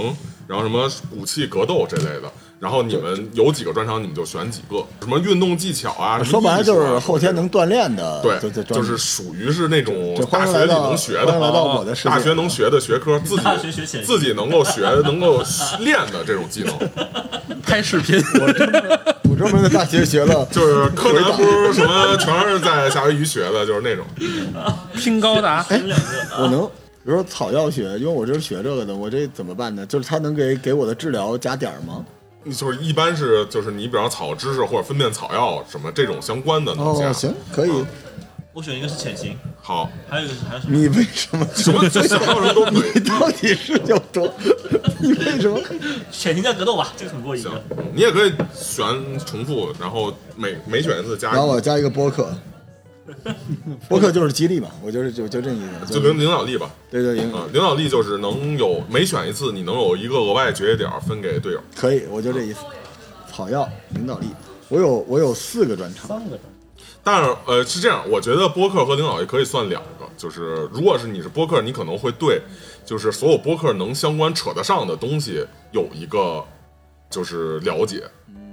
S1: 然后什么武器格斗这类的。然后你们有几个专长，你们就选几个，什么运动技巧啊，什么
S3: 说白了
S1: 艺术
S3: 就
S1: 啊
S3: 是后天能锻炼的，就
S1: 对，
S3: 就
S1: 就是属于是那种
S3: 就
S1: 大
S3: 欢迎
S1: 学
S3: 来
S1: 里
S3: 到
S1: 能学的啊
S3: 欢迎，来到我的世界。
S1: 大学能学的学科，自己
S2: 大学学潜行
S1: 自己能够学、能够练的这种技 能，
S4: 拍视频，
S3: 我专门在大学 学了，
S1: 就是柯南不是什么全是在夏威夷学的，就是那种。
S4: 拼高达，
S2: 哎，两个
S3: 我能。比如说草药学，因为我这是学这个的，我这怎么办呢？就是他能给给我的治疗加点儿吗？
S1: 就是一般是就是你比方草知识或者分辨草药什么这种相关的能
S3: 哦
S1: 加。，
S3: 行，可以。
S2: 我选一个是潜行，
S1: 好，
S2: 还有一个是还有什么？
S3: 你为什么
S1: 什么想要什么都可以
S3: 你。到底是有多？ 你为什么？
S2: 潜行加格斗吧，这个很过瘾
S1: 行
S2: 的。，
S1: 你也可以选重复，然后每每选一次加一
S3: 然后我加一个播客，播客就是激励嘛，我就是就就这意思，
S1: 就
S3: 就是
S1: 领领导力吧。
S3: 对对赢
S1: 啊，领导力就是能有每选一次，你能有一个额外决定点儿分给队友。
S3: 可以，我就这意思。草药领导力，我有我有四个专场，
S5: 三个钟，
S1: 但是呃是这样，我觉得播客和领导力可以算两个，就是如果是你是播客，你可能会对就是所有播客能相关扯得上的东西有一个就是了解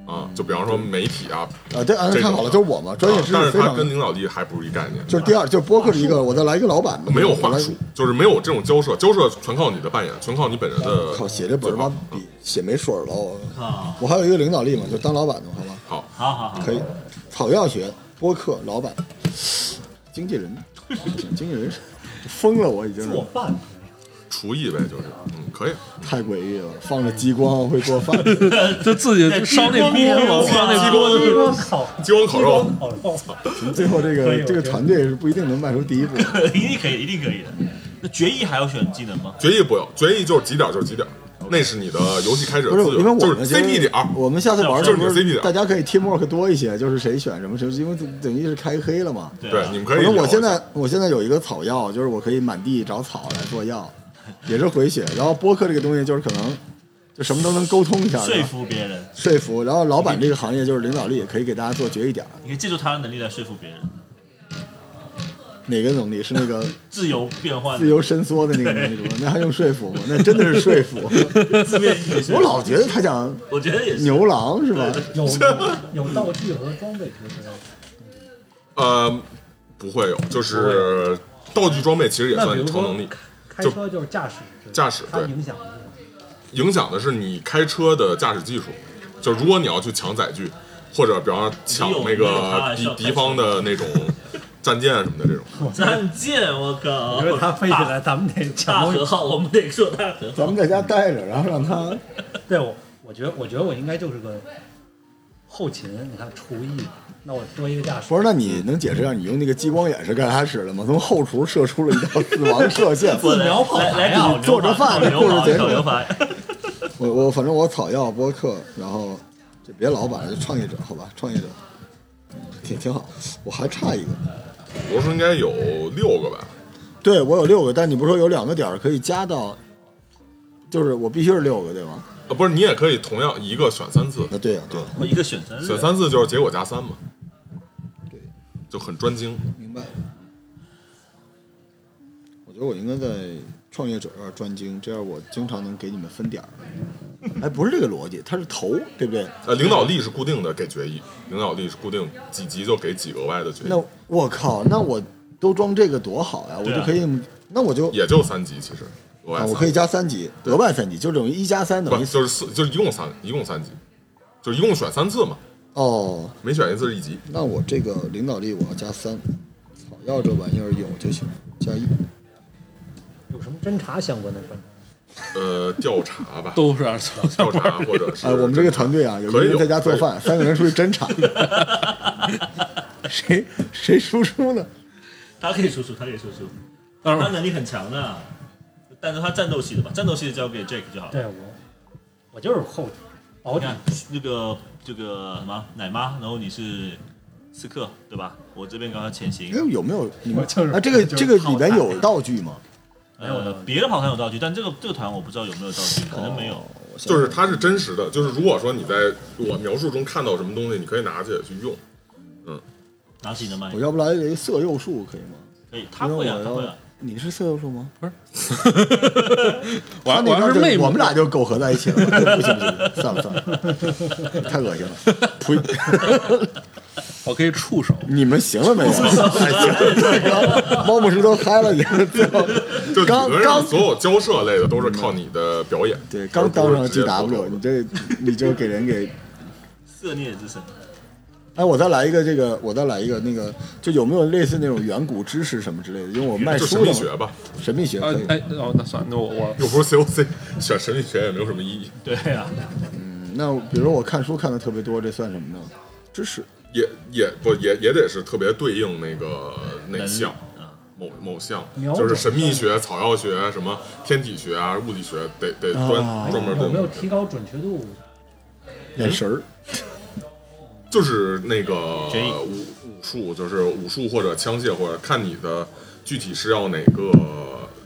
S1: 啊，就比方说媒体啊，
S3: 啊，对，啊，
S1: 这
S3: 看
S1: 种
S3: 好了，就是我嘛，专业
S1: 啊
S3: 知
S1: 但
S3: 识
S1: 是
S3: 非
S1: 它
S3: 常
S1: 跟，领导力还不是一概念，
S3: 就是第二，就是播客是一个，我再来一个老板嘛，
S1: 没有
S3: 我来
S1: 话术，就是没有这种交涉，交涉全靠你的扮演，全靠你本人的。
S3: 靠，写这本儿吧，比写没水儿了，我
S2: 啊，
S3: 我还有一个领导力嘛，就当老板的，好吧，
S1: 好，
S2: 好好好，
S3: 可以，草药学、播客、老板、经纪人，经纪人是疯了，我已经是
S5: 做饭
S1: 厨艺呗，就是，嗯，可以。
S3: 太诡异了，放着激光会做饭。
S4: 就自己烧
S3: 哎
S4: 那锅，烧那锅，
S5: 激光烤
S1: 激光烤肉
S5: 激光烤肉，
S3: 最后这
S5: 可以
S3: 个
S5: 我
S3: 这 个
S5: 觉得
S3: 团队是不一定能迈出第一步。
S2: 一定可以，一定可以的。那决议还要选技能吗？
S1: 决议不用，决议就是几点就是几点，那是你的游戏开始的
S3: 不是
S1: 自由，
S3: 因为我
S1: 就
S3: 们
S1: 是
S3: 觉得
S1: CP 点儿。
S3: 我们下次玩的
S1: 就
S3: 时
S1: 是你
S3: 候
S1: CP 点儿
S3: 大家可以 teamwork 多一些，就是谁选什么谁，因为等于是开黑了嘛。
S1: 对，你们可以
S3: 我
S1: 聊一下。
S3: 说我现在我现在有一个草药，就是我可以满地找草来做 药，也是回血。然后播客这个东西就是可能就什么都能沟通一下，
S2: 说服别人，
S3: 说服。然后老板这个行业就是领导力，可以给大家做决议点儿。
S2: 你可以借助他的能力来说服别人，
S3: 哪个能力是那个
S2: 自由变换，
S3: 自由伸缩的那个 能力吗？那还用说服吗？那真的是说服。
S2: 字面意思。
S3: 我老觉得他讲
S2: 我觉得也是，
S3: 牛郎是吧？
S5: 有有有道具和装备平时要
S1: 呃，不会有，就是道具装备其实也
S5: 那比
S1: 算
S5: 如
S1: 超
S5: 说
S1: 能力。
S5: 开车就是驾驶，
S1: 驾驶
S5: 它
S1: 对
S5: 影响的是
S1: 影响的是你开车的驾驶技术。就如果你要去抢载具，或者比方说抢那
S2: 你有你有他
S1: 个
S2: 还是
S1: 敌
S2: 要开车
S1: 敌方的那种战舰什么的这种，
S2: 战舰，我靠！
S5: 因为它飞起来，咱们得
S2: 大
S5: 抢东西
S2: 和。号，我们得做大和号。
S3: 咱们在家待着，然后让他
S5: 对我，我觉得我觉得我应该就是个后勤，你看厨艺，那我多一个驾驶
S3: 不。是，那你能解释一下你用那个激光眼是干啥使的吗？从后厨射出了一道死亡射线。
S2: 我来
S5: 苗跑
S2: 来来
S5: 还好
S2: 考牛
S3: 做着
S2: 排
S3: 饭的
S2: 考
S3: 故
S2: 牛
S3: 事
S2: 排
S3: 结
S2: 考
S3: 束
S2: 牛排。
S3: 我我反正我草药播客，然后就别老板，就创业者好吧，创业者挺挺好。我还差一个，
S1: 我说应该有六个吧。
S3: 对我有六个，但你不是说有两个点儿可以加到，就是我必须是六个对吗？
S1: 啊，不是，你也可以同样一个选三次，
S3: 那啊对呀、对呀、
S2: 我一个选三，
S1: 选三次就是结果加三嘛。就很专精。
S3: 明白。我觉得我应该在创业者这儿专精，这样我经常能给你们分 点儿。哎，不是这个逻辑，它是头，对不对？
S1: 呃，领导力是固定的，给决议；领导力是固定几级就给几额外的决
S3: 那
S1: 议，
S3: 我靠，那我都装这个多好呀！我
S2: 对啊
S3: 就可以，那我就
S1: 也就三级其实。额外
S3: 啊，
S1: 三
S3: 我可以加三级，额外三级，就等于一加三
S1: 不
S3: 等于
S1: 就是四，就是一共三，一共三级，就是一共选三次嘛，
S3: 哦。
S1: 每选一次是一级。
S3: 那我这个领导力我要加三，草药这玩意儿有就行，加一。
S5: 有什么侦查相关的专
S1: 呃，调查吧，
S4: 都是啊二次元
S1: 调查或者是
S3: 哎，我们这个团队啊，有一个
S1: 可以
S3: 人
S1: 有
S3: 在家做 饭，三个人出去侦查， 谁谁输出呢？
S2: 他可以输出，他可以输出，
S4: 当
S2: 他
S4: 然
S2: 能力很强的，但是他战斗系的吧，战斗系的交给 Jake 就好了。
S5: 对我，我就是后保
S2: 你
S5: 底
S2: 看那个这个什么奶妈，然后你是刺客对吧？我这边刚刚潜
S3: 哎
S2: 行，，
S3: 有没有你们
S5: 我就是
S3: 啊？这个
S5: 就是
S3: 这个里边有道具吗？哎
S5: 没有道
S2: 呃
S5: 具，
S2: 别的跑团有道具，但这个这个团我不知道有没有道具，可能没有
S3: 哦。，我想
S1: 就是它是真实的，就是如果说你在我描述中看到什么东西，你可以拿起来去用。
S2: 拿起你的麦
S3: 我，要不来一个色诱术可以吗？
S2: 可以，他
S3: 因
S2: 会
S3: 为
S2: 啊，
S3: 我
S2: 他会啊
S3: 要。你是色诱术吗？
S4: 我
S3: 他
S4: 要
S3: 那
S4: 我要
S3: 边
S4: 是
S3: 就
S4: 妹
S3: 我
S4: 夫
S3: 们俩就苟合在一起了，不行不行，不行算了算了，太恶心了。 呸！
S4: 我可以触手，
S3: 你们行了没有？还行， 猫牧师都嗨了，你们最后
S1: 就理
S3: 刚
S1: 论
S3: 刚
S1: 上所有交涉类的都是靠你的表演，
S3: 对
S1: 而
S3: 刚
S1: 不是
S3: 当上
S1: 直接投
S3: GW，
S1: 投
S3: 你这你就给人给
S2: 色孽之神，
S3: 哎，我再来一个这个，我再来一个那个，就有没有类似那种远古知识什么之类的？因为我卖
S1: 就
S3: 书
S1: 神秘
S3: 的嘛
S1: 学吧，
S3: 神秘学
S4: 啊
S3: 可以。
S2: 呃
S4: 哎哦，那算了，那我我
S1: 又不是 COC，选神秘学也没有什么意义。
S2: 对啊，
S3: 嗯那比如说我看书看的特别多，这算什么呢？知识。
S1: 也也不也也得是特别对应那个哪
S2: 能力
S1: 项
S2: 啊，
S1: 某某项
S5: 瞄，
S1: 就是
S5: 准
S1: 神秘学、草药学、什么天体学啊、物理学，得得
S3: 啊
S1: 专、
S5: 哎
S1: 专门
S5: 有没有
S1: 对。
S5: 提高准确度？
S3: 眼神哎儿，
S1: 就是那个
S2: 决议
S1: 武武术，就是武术或者枪械，或者看你的具体是要哪个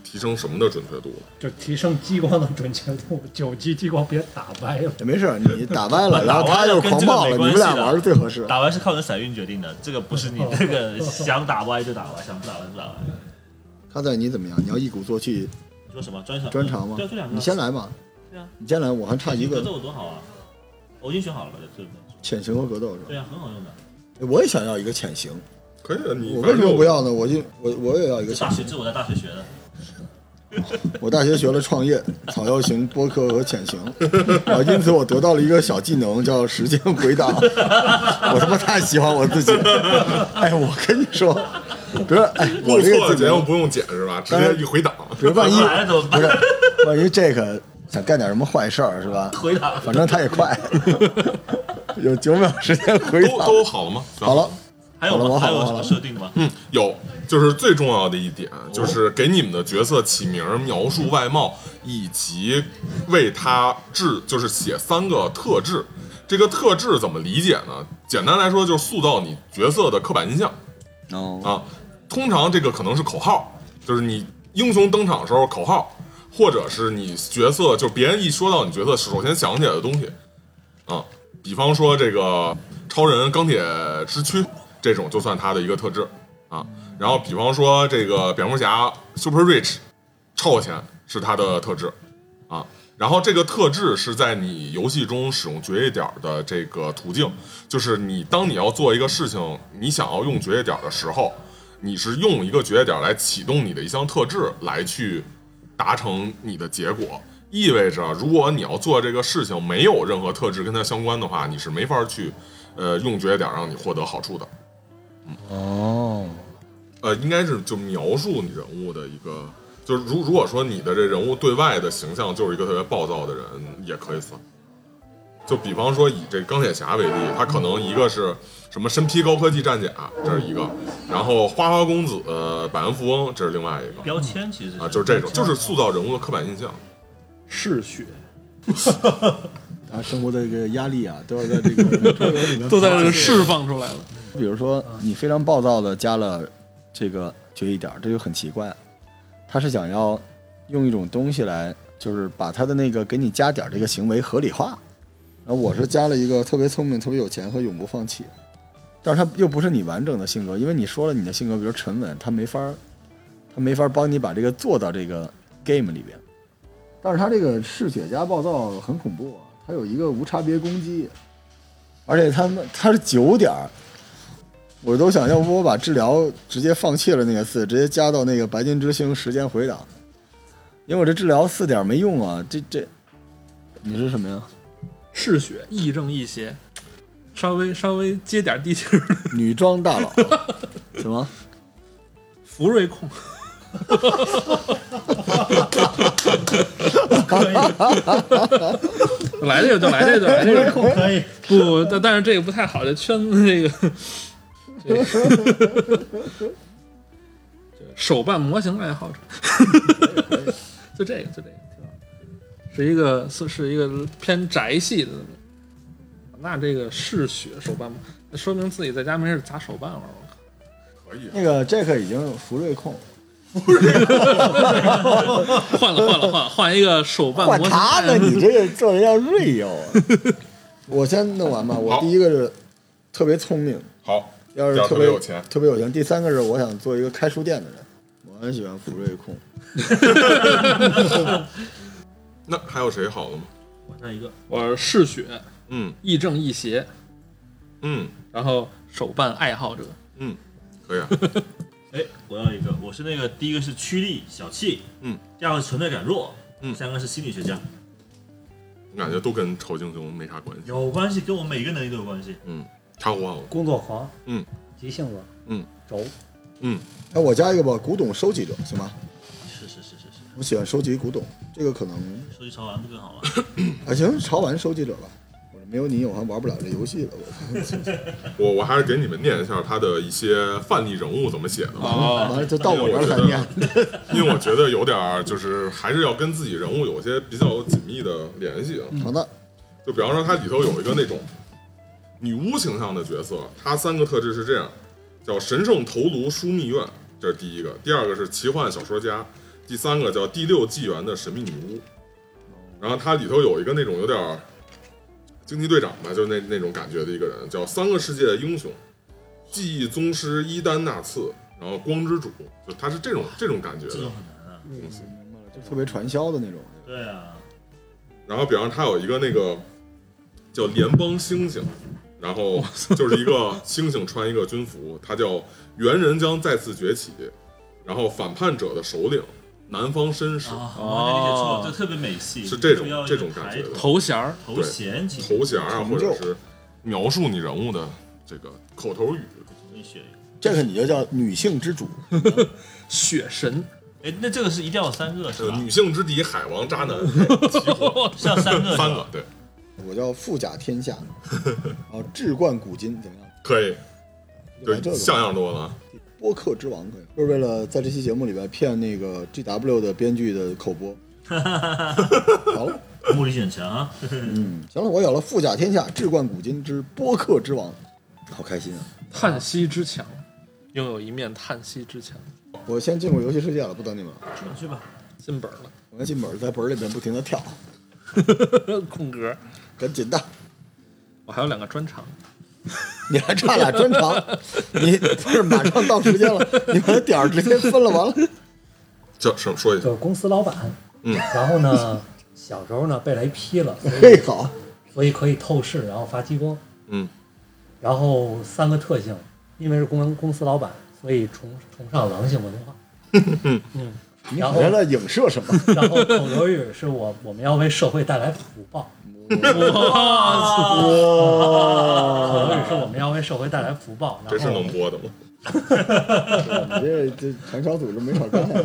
S1: 提升什么的准确度。
S5: 就提升激光的准确度，九级激光别打歪了。
S3: 也没事儿，你打歪了，然后
S2: 打
S3: 他
S2: 歪了
S3: 又
S2: 跟
S3: 狂
S2: 这个
S3: 暴了，
S2: 没
S3: 你
S2: 关
S3: 们
S2: 系
S3: 俩
S2: 的
S3: 玩儿最合适。
S2: 打完是靠你的散运决定的，这个不是你这个想打歪就打歪，想不打歪不打歪。
S3: 他在你怎么样？你要一鼓作气，
S2: 你说什么专场？
S3: 专长吗
S2: 对啊，就两？个。
S3: 你先来嘛
S2: 对啊。
S3: 你先来，我还差一
S2: 格
S3: 个
S2: 斗多好啊！我已经选好了吧？对不对？
S3: 潜行和格斗是吧？
S2: 对啊，很好用的。
S3: 我也想要一个潜行，
S1: 可以啊，你
S3: 我
S1: 反正
S3: 为什么
S1: 就
S3: 不要呢？我就我我也要一个
S2: 这
S3: 潜
S2: 大
S3: 行。
S2: 学这是我在大学学的，
S3: 我大学学了创业、草药型播客和潜行，啊，因此我得到了一个小技能，叫时间回档。 我他妈太喜欢我自己 了，哎，我跟你说，比如哎，我
S1: 录
S3: 这
S1: 错
S3: 个
S1: 了
S3: 技
S1: 节目
S3: 能，
S1: 不用剪是吧？直
S3: 当然
S1: 接一回档。
S3: 比如万一
S2: 不来了怎么
S3: 不
S2: 办
S3: 是，万一这个想干点什么坏事儿是吧？
S2: 回答
S3: 反正他也快，有九秒时间回
S1: 都
S3: 档。
S1: 都好了吗？
S3: 好了，
S2: 还有
S3: 好了
S2: 吗？
S3: 我好
S2: 还有什
S3: 了我好
S2: 么
S3: 了
S2: 设定的吗？
S1: 嗯，有，就是最重要的一点，就是给你们的角色起名儿、描述外貌，以及为他制，就是写三个特质。这个特质怎么理解呢？简单来说，就是塑造你角色的刻板印象
S6: 哦，
S1: 啊。通常这个可能是口号，就是你英雄登场的时候口号，或者是你角色，就是别人一说到你角色，首先想起来的东西啊。比方说这个超人、钢铁之躯这种，就算他的一个特质。啊。然后比方说这个蝙蝠侠 Super Rich 超有钱是他的特质啊。然后这个特质是在你游戏中使用绝业点的这个途径，就是你当你要做一个事情，你想要用绝业点的时候，你是用一个绝业点来启动你的一项特质来去达成你的结果。意味着，如果你要做这个事情没有任何特质跟它相关的话，你是没法去，呃，用绝业点让你获得好处的。
S6: 哦，
S1: 呃，应该是就描述你人物的一个，就是如如果说你的这人物对外的形象就是一个特别暴躁的人，也可以算。就比方说以这钢铁侠为例，他可能一个是什么身披高科技战甲，这是一个，然后花花公子、呃百万富翁，这是另外一
S2: 标签其实是
S1: 个啊，就是这种，就是塑造人物的刻板印象。
S4: 嗜血
S3: 啊，生活的这个压力啊，都要 在这个周围里面
S4: 都在这释放出来了。
S3: 比如说你非常暴躁的加了这个决议点儿，这就很奇怪。他是想要用一种东西来，就是把他的那个给你加点儿这个行为合理化。然后我是加了一个特别聪明、特别有钱和永不放弃，但是他又不是你完整的性格，因为你说了你的性格，比如沉稳，他没法儿，他没法儿帮你把这个做到这个 game 里边。但是他这个嗜血加暴躁很恐怖啊，他有一个无差别攻击，而且他们他是九点儿，我都想要不我把治疗直接放弃了那个四，直接加到那个白金之星时间回档，因为我这治疗四点没用啊。这这，你是什么呀？
S4: 嗜血，亦正亦邪，稍微稍微接点地气儿，
S3: 女装大佬？什么？
S4: 福瑞控。 来这个就来这个就来这个，
S5: 可以，
S4: 不不，但但是这个不太好，这圈子这个， 这个手办模型爱 好者，就这个就这个挺好，是一个是是一个偏宅系的，那这个嗜血手办，那说明自己在家没事砸手办玩玩。
S1: 可以，
S3: 那个 Jack 已经福瑞控，
S4: 换了换了换了换一个手办模
S3: 管
S4: 型，
S3: 他呢，你这个做人要锐哟。 我先弄完吧，我
S1: 好
S3: 第一个是特别聪明，
S1: 好，
S3: 要是
S1: 要特
S3: 特别
S1: 别有钱
S3: 特别有钱。第三个是我想做一个开书店的人，我很喜欢福瑞控。
S1: 那还有谁好了吗？
S2: 往上一个
S4: 我是嗜血，
S1: 嗯
S4: 亦正亦邪，
S1: 嗯，
S4: 然后手办爱好者，
S1: 可以啊，
S2: 哎，我要一个，我是那个第一个是趋利小气，
S1: 嗯，
S2: 第二个是存在感弱，
S1: 嗯
S2: 第三个是心理学家，
S1: 我感觉都跟超英雄没啥关系。
S2: 有关系，跟我每一个能力都有关系。
S1: 嗯，差不多啊，
S5: 工作狂，
S1: 嗯，
S5: 急性子，
S1: 嗯，
S5: 轴，
S3: 哎，我加一个吧，古董收集者行吗？
S2: 是是是是是，
S3: 我喜欢收集古董，这个可能
S2: 收集潮玩不更好吗？
S3: 啊行，潮玩收集者吧。我说没有你，我还玩不了这游戏了。我
S1: 我我还是给你们念一下他的一些范例人物怎么写的吧。
S4: 哦
S3: 完了就到我这儿才念。
S1: 因为我觉得有点儿，就是还是要跟自己人物有些比较紧密的联系啊。
S3: 好的，
S1: 就比方说，它里头有一个那种女巫形象的角色，她三个特质是这样：叫神圣头颅枢密院，这是第一个；第二个是奇幻小说家；第三个叫第六纪元的神秘女巫。然后它里头有一个那种有点儿惊奇队长吧，就是那那种感觉的一个人，叫三个世界的英雄，记忆宗师伊丹纳次，然后光之主，就他是这种这种感觉
S2: 这
S1: 的
S2: 种。很难啊。
S3: 就特别传销的那种。
S2: 对啊，
S1: 然后比方说他有一个那个叫联邦猩猩，然后就是一个猩猩穿一个军服，他叫猿人将再次崛起，然后反叛者的首领南方绅士、
S2: 啊，我理解错了，这特别美系，
S1: 哦是这种
S2: 特别要有
S1: 这种感觉的
S2: 抬头
S4: 头衔儿，
S2: 头衔，其实
S1: 头衔啊，
S3: 成
S1: 或
S3: 就
S1: 者是描述你人物的这个口头语。
S2: 容易学一个。
S3: 这个你就叫女性之主，
S4: 血神，
S2: 哎，那这个是一定要有三个是
S1: 呃，
S2: 吧？
S1: 女性之敌，海王渣男，齐活
S2: 是要三个，
S1: 三个，对，
S3: 啊我叫富甲天下，然后志冠古今，怎么样？
S1: 可以。
S3: 就这
S1: 对，
S3: 个
S1: 像样多了。啊
S3: 播客之王可以，就是为了在这期节目里边骗那个 GW 的编剧的口播。好了，
S2: 目的性很强啊。
S3: 嗯，行了，我有了富甲天下志冠古今之播客之王，好开心啊！
S4: 叹息之墙，拥有一面叹息之墙，
S3: 我先进入游戏世界了，不等你们了。
S2: 去吧去吧，
S4: 进本了，
S3: 我那进本儿在本儿里边不停的跳，
S4: 空格。
S3: 赶紧的，
S4: 我还有两个专场，
S3: 你还差俩专场，你不是马上到时间了，你把点儿直接分了完了。
S1: 这什么说一下
S5: 就？是公司老板，
S1: 嗯
S5: 然后呢，小时候呢被雷劈了，所 以
S3: 嘿，好，
S5: 所以可以透视，然后发激光，
S1: 嗯，
S5: 然后三个特性，因为是公公司老板，所以崇崇尚狼性文化，嗯，
S3: 你
S5: 然
S3: 好
S5: 后
S3: 像在影射什么？
S5: 然后口头语是我我们要为社会带来福报，
S3: 呃
S5: 口头语是我们要为社会带来福报，
S1: 这是
S5: 然后
S1: 能播的吗？
S3: 你这这传销组织没少干。啊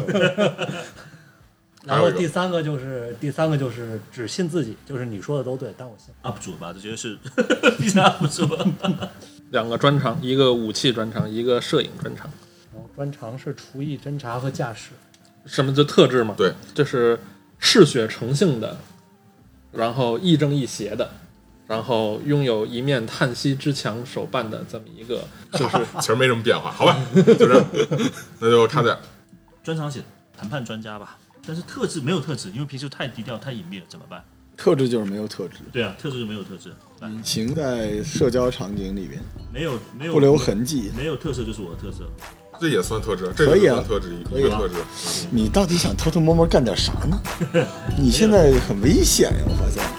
S5: 然后第三个就是第三个就是只信自己，就是你说的都对，但我信。
S2: UP 主吧，这绝对是 B 站 UP 主。
S4: 两个专场，一个武器专场，一个摄影专场。
S5: 然后专长是厨艺、侦查和驾驶。
S4: 什么就特质嘛？
S1: 对，
S4: 这是嗜血成性的，然后亦正亦邪的，然后拥有一面叹息之墙手办的这么一个，就是
S1: 其实没什么变化，好吧，就这样， 那就差点儿。
S2: 专场写谈判专家吧，但是特质没有特质，因为平时太低调太隐秘了，怎么办？
S3: 特质就是没有特质，
S2: 对啊，特质就没有特质，来
S3: 隐形在社交场景里边
S2: 没有没有
S3: 嗯不留痕迹。
S2: 没有特色就是我的特色。
S1: 这也算特质，这
S3: 可
S1: 个
S3: 以
S1: 也
S3: 啊
S1: 算特质，
S3: 可
S1: 一
S3: 以
S1: 个
S3: 啊
S1: 特质。
S3: 你到底想偷偷摸摸干点啥呢？你现在很危险呀，我发现。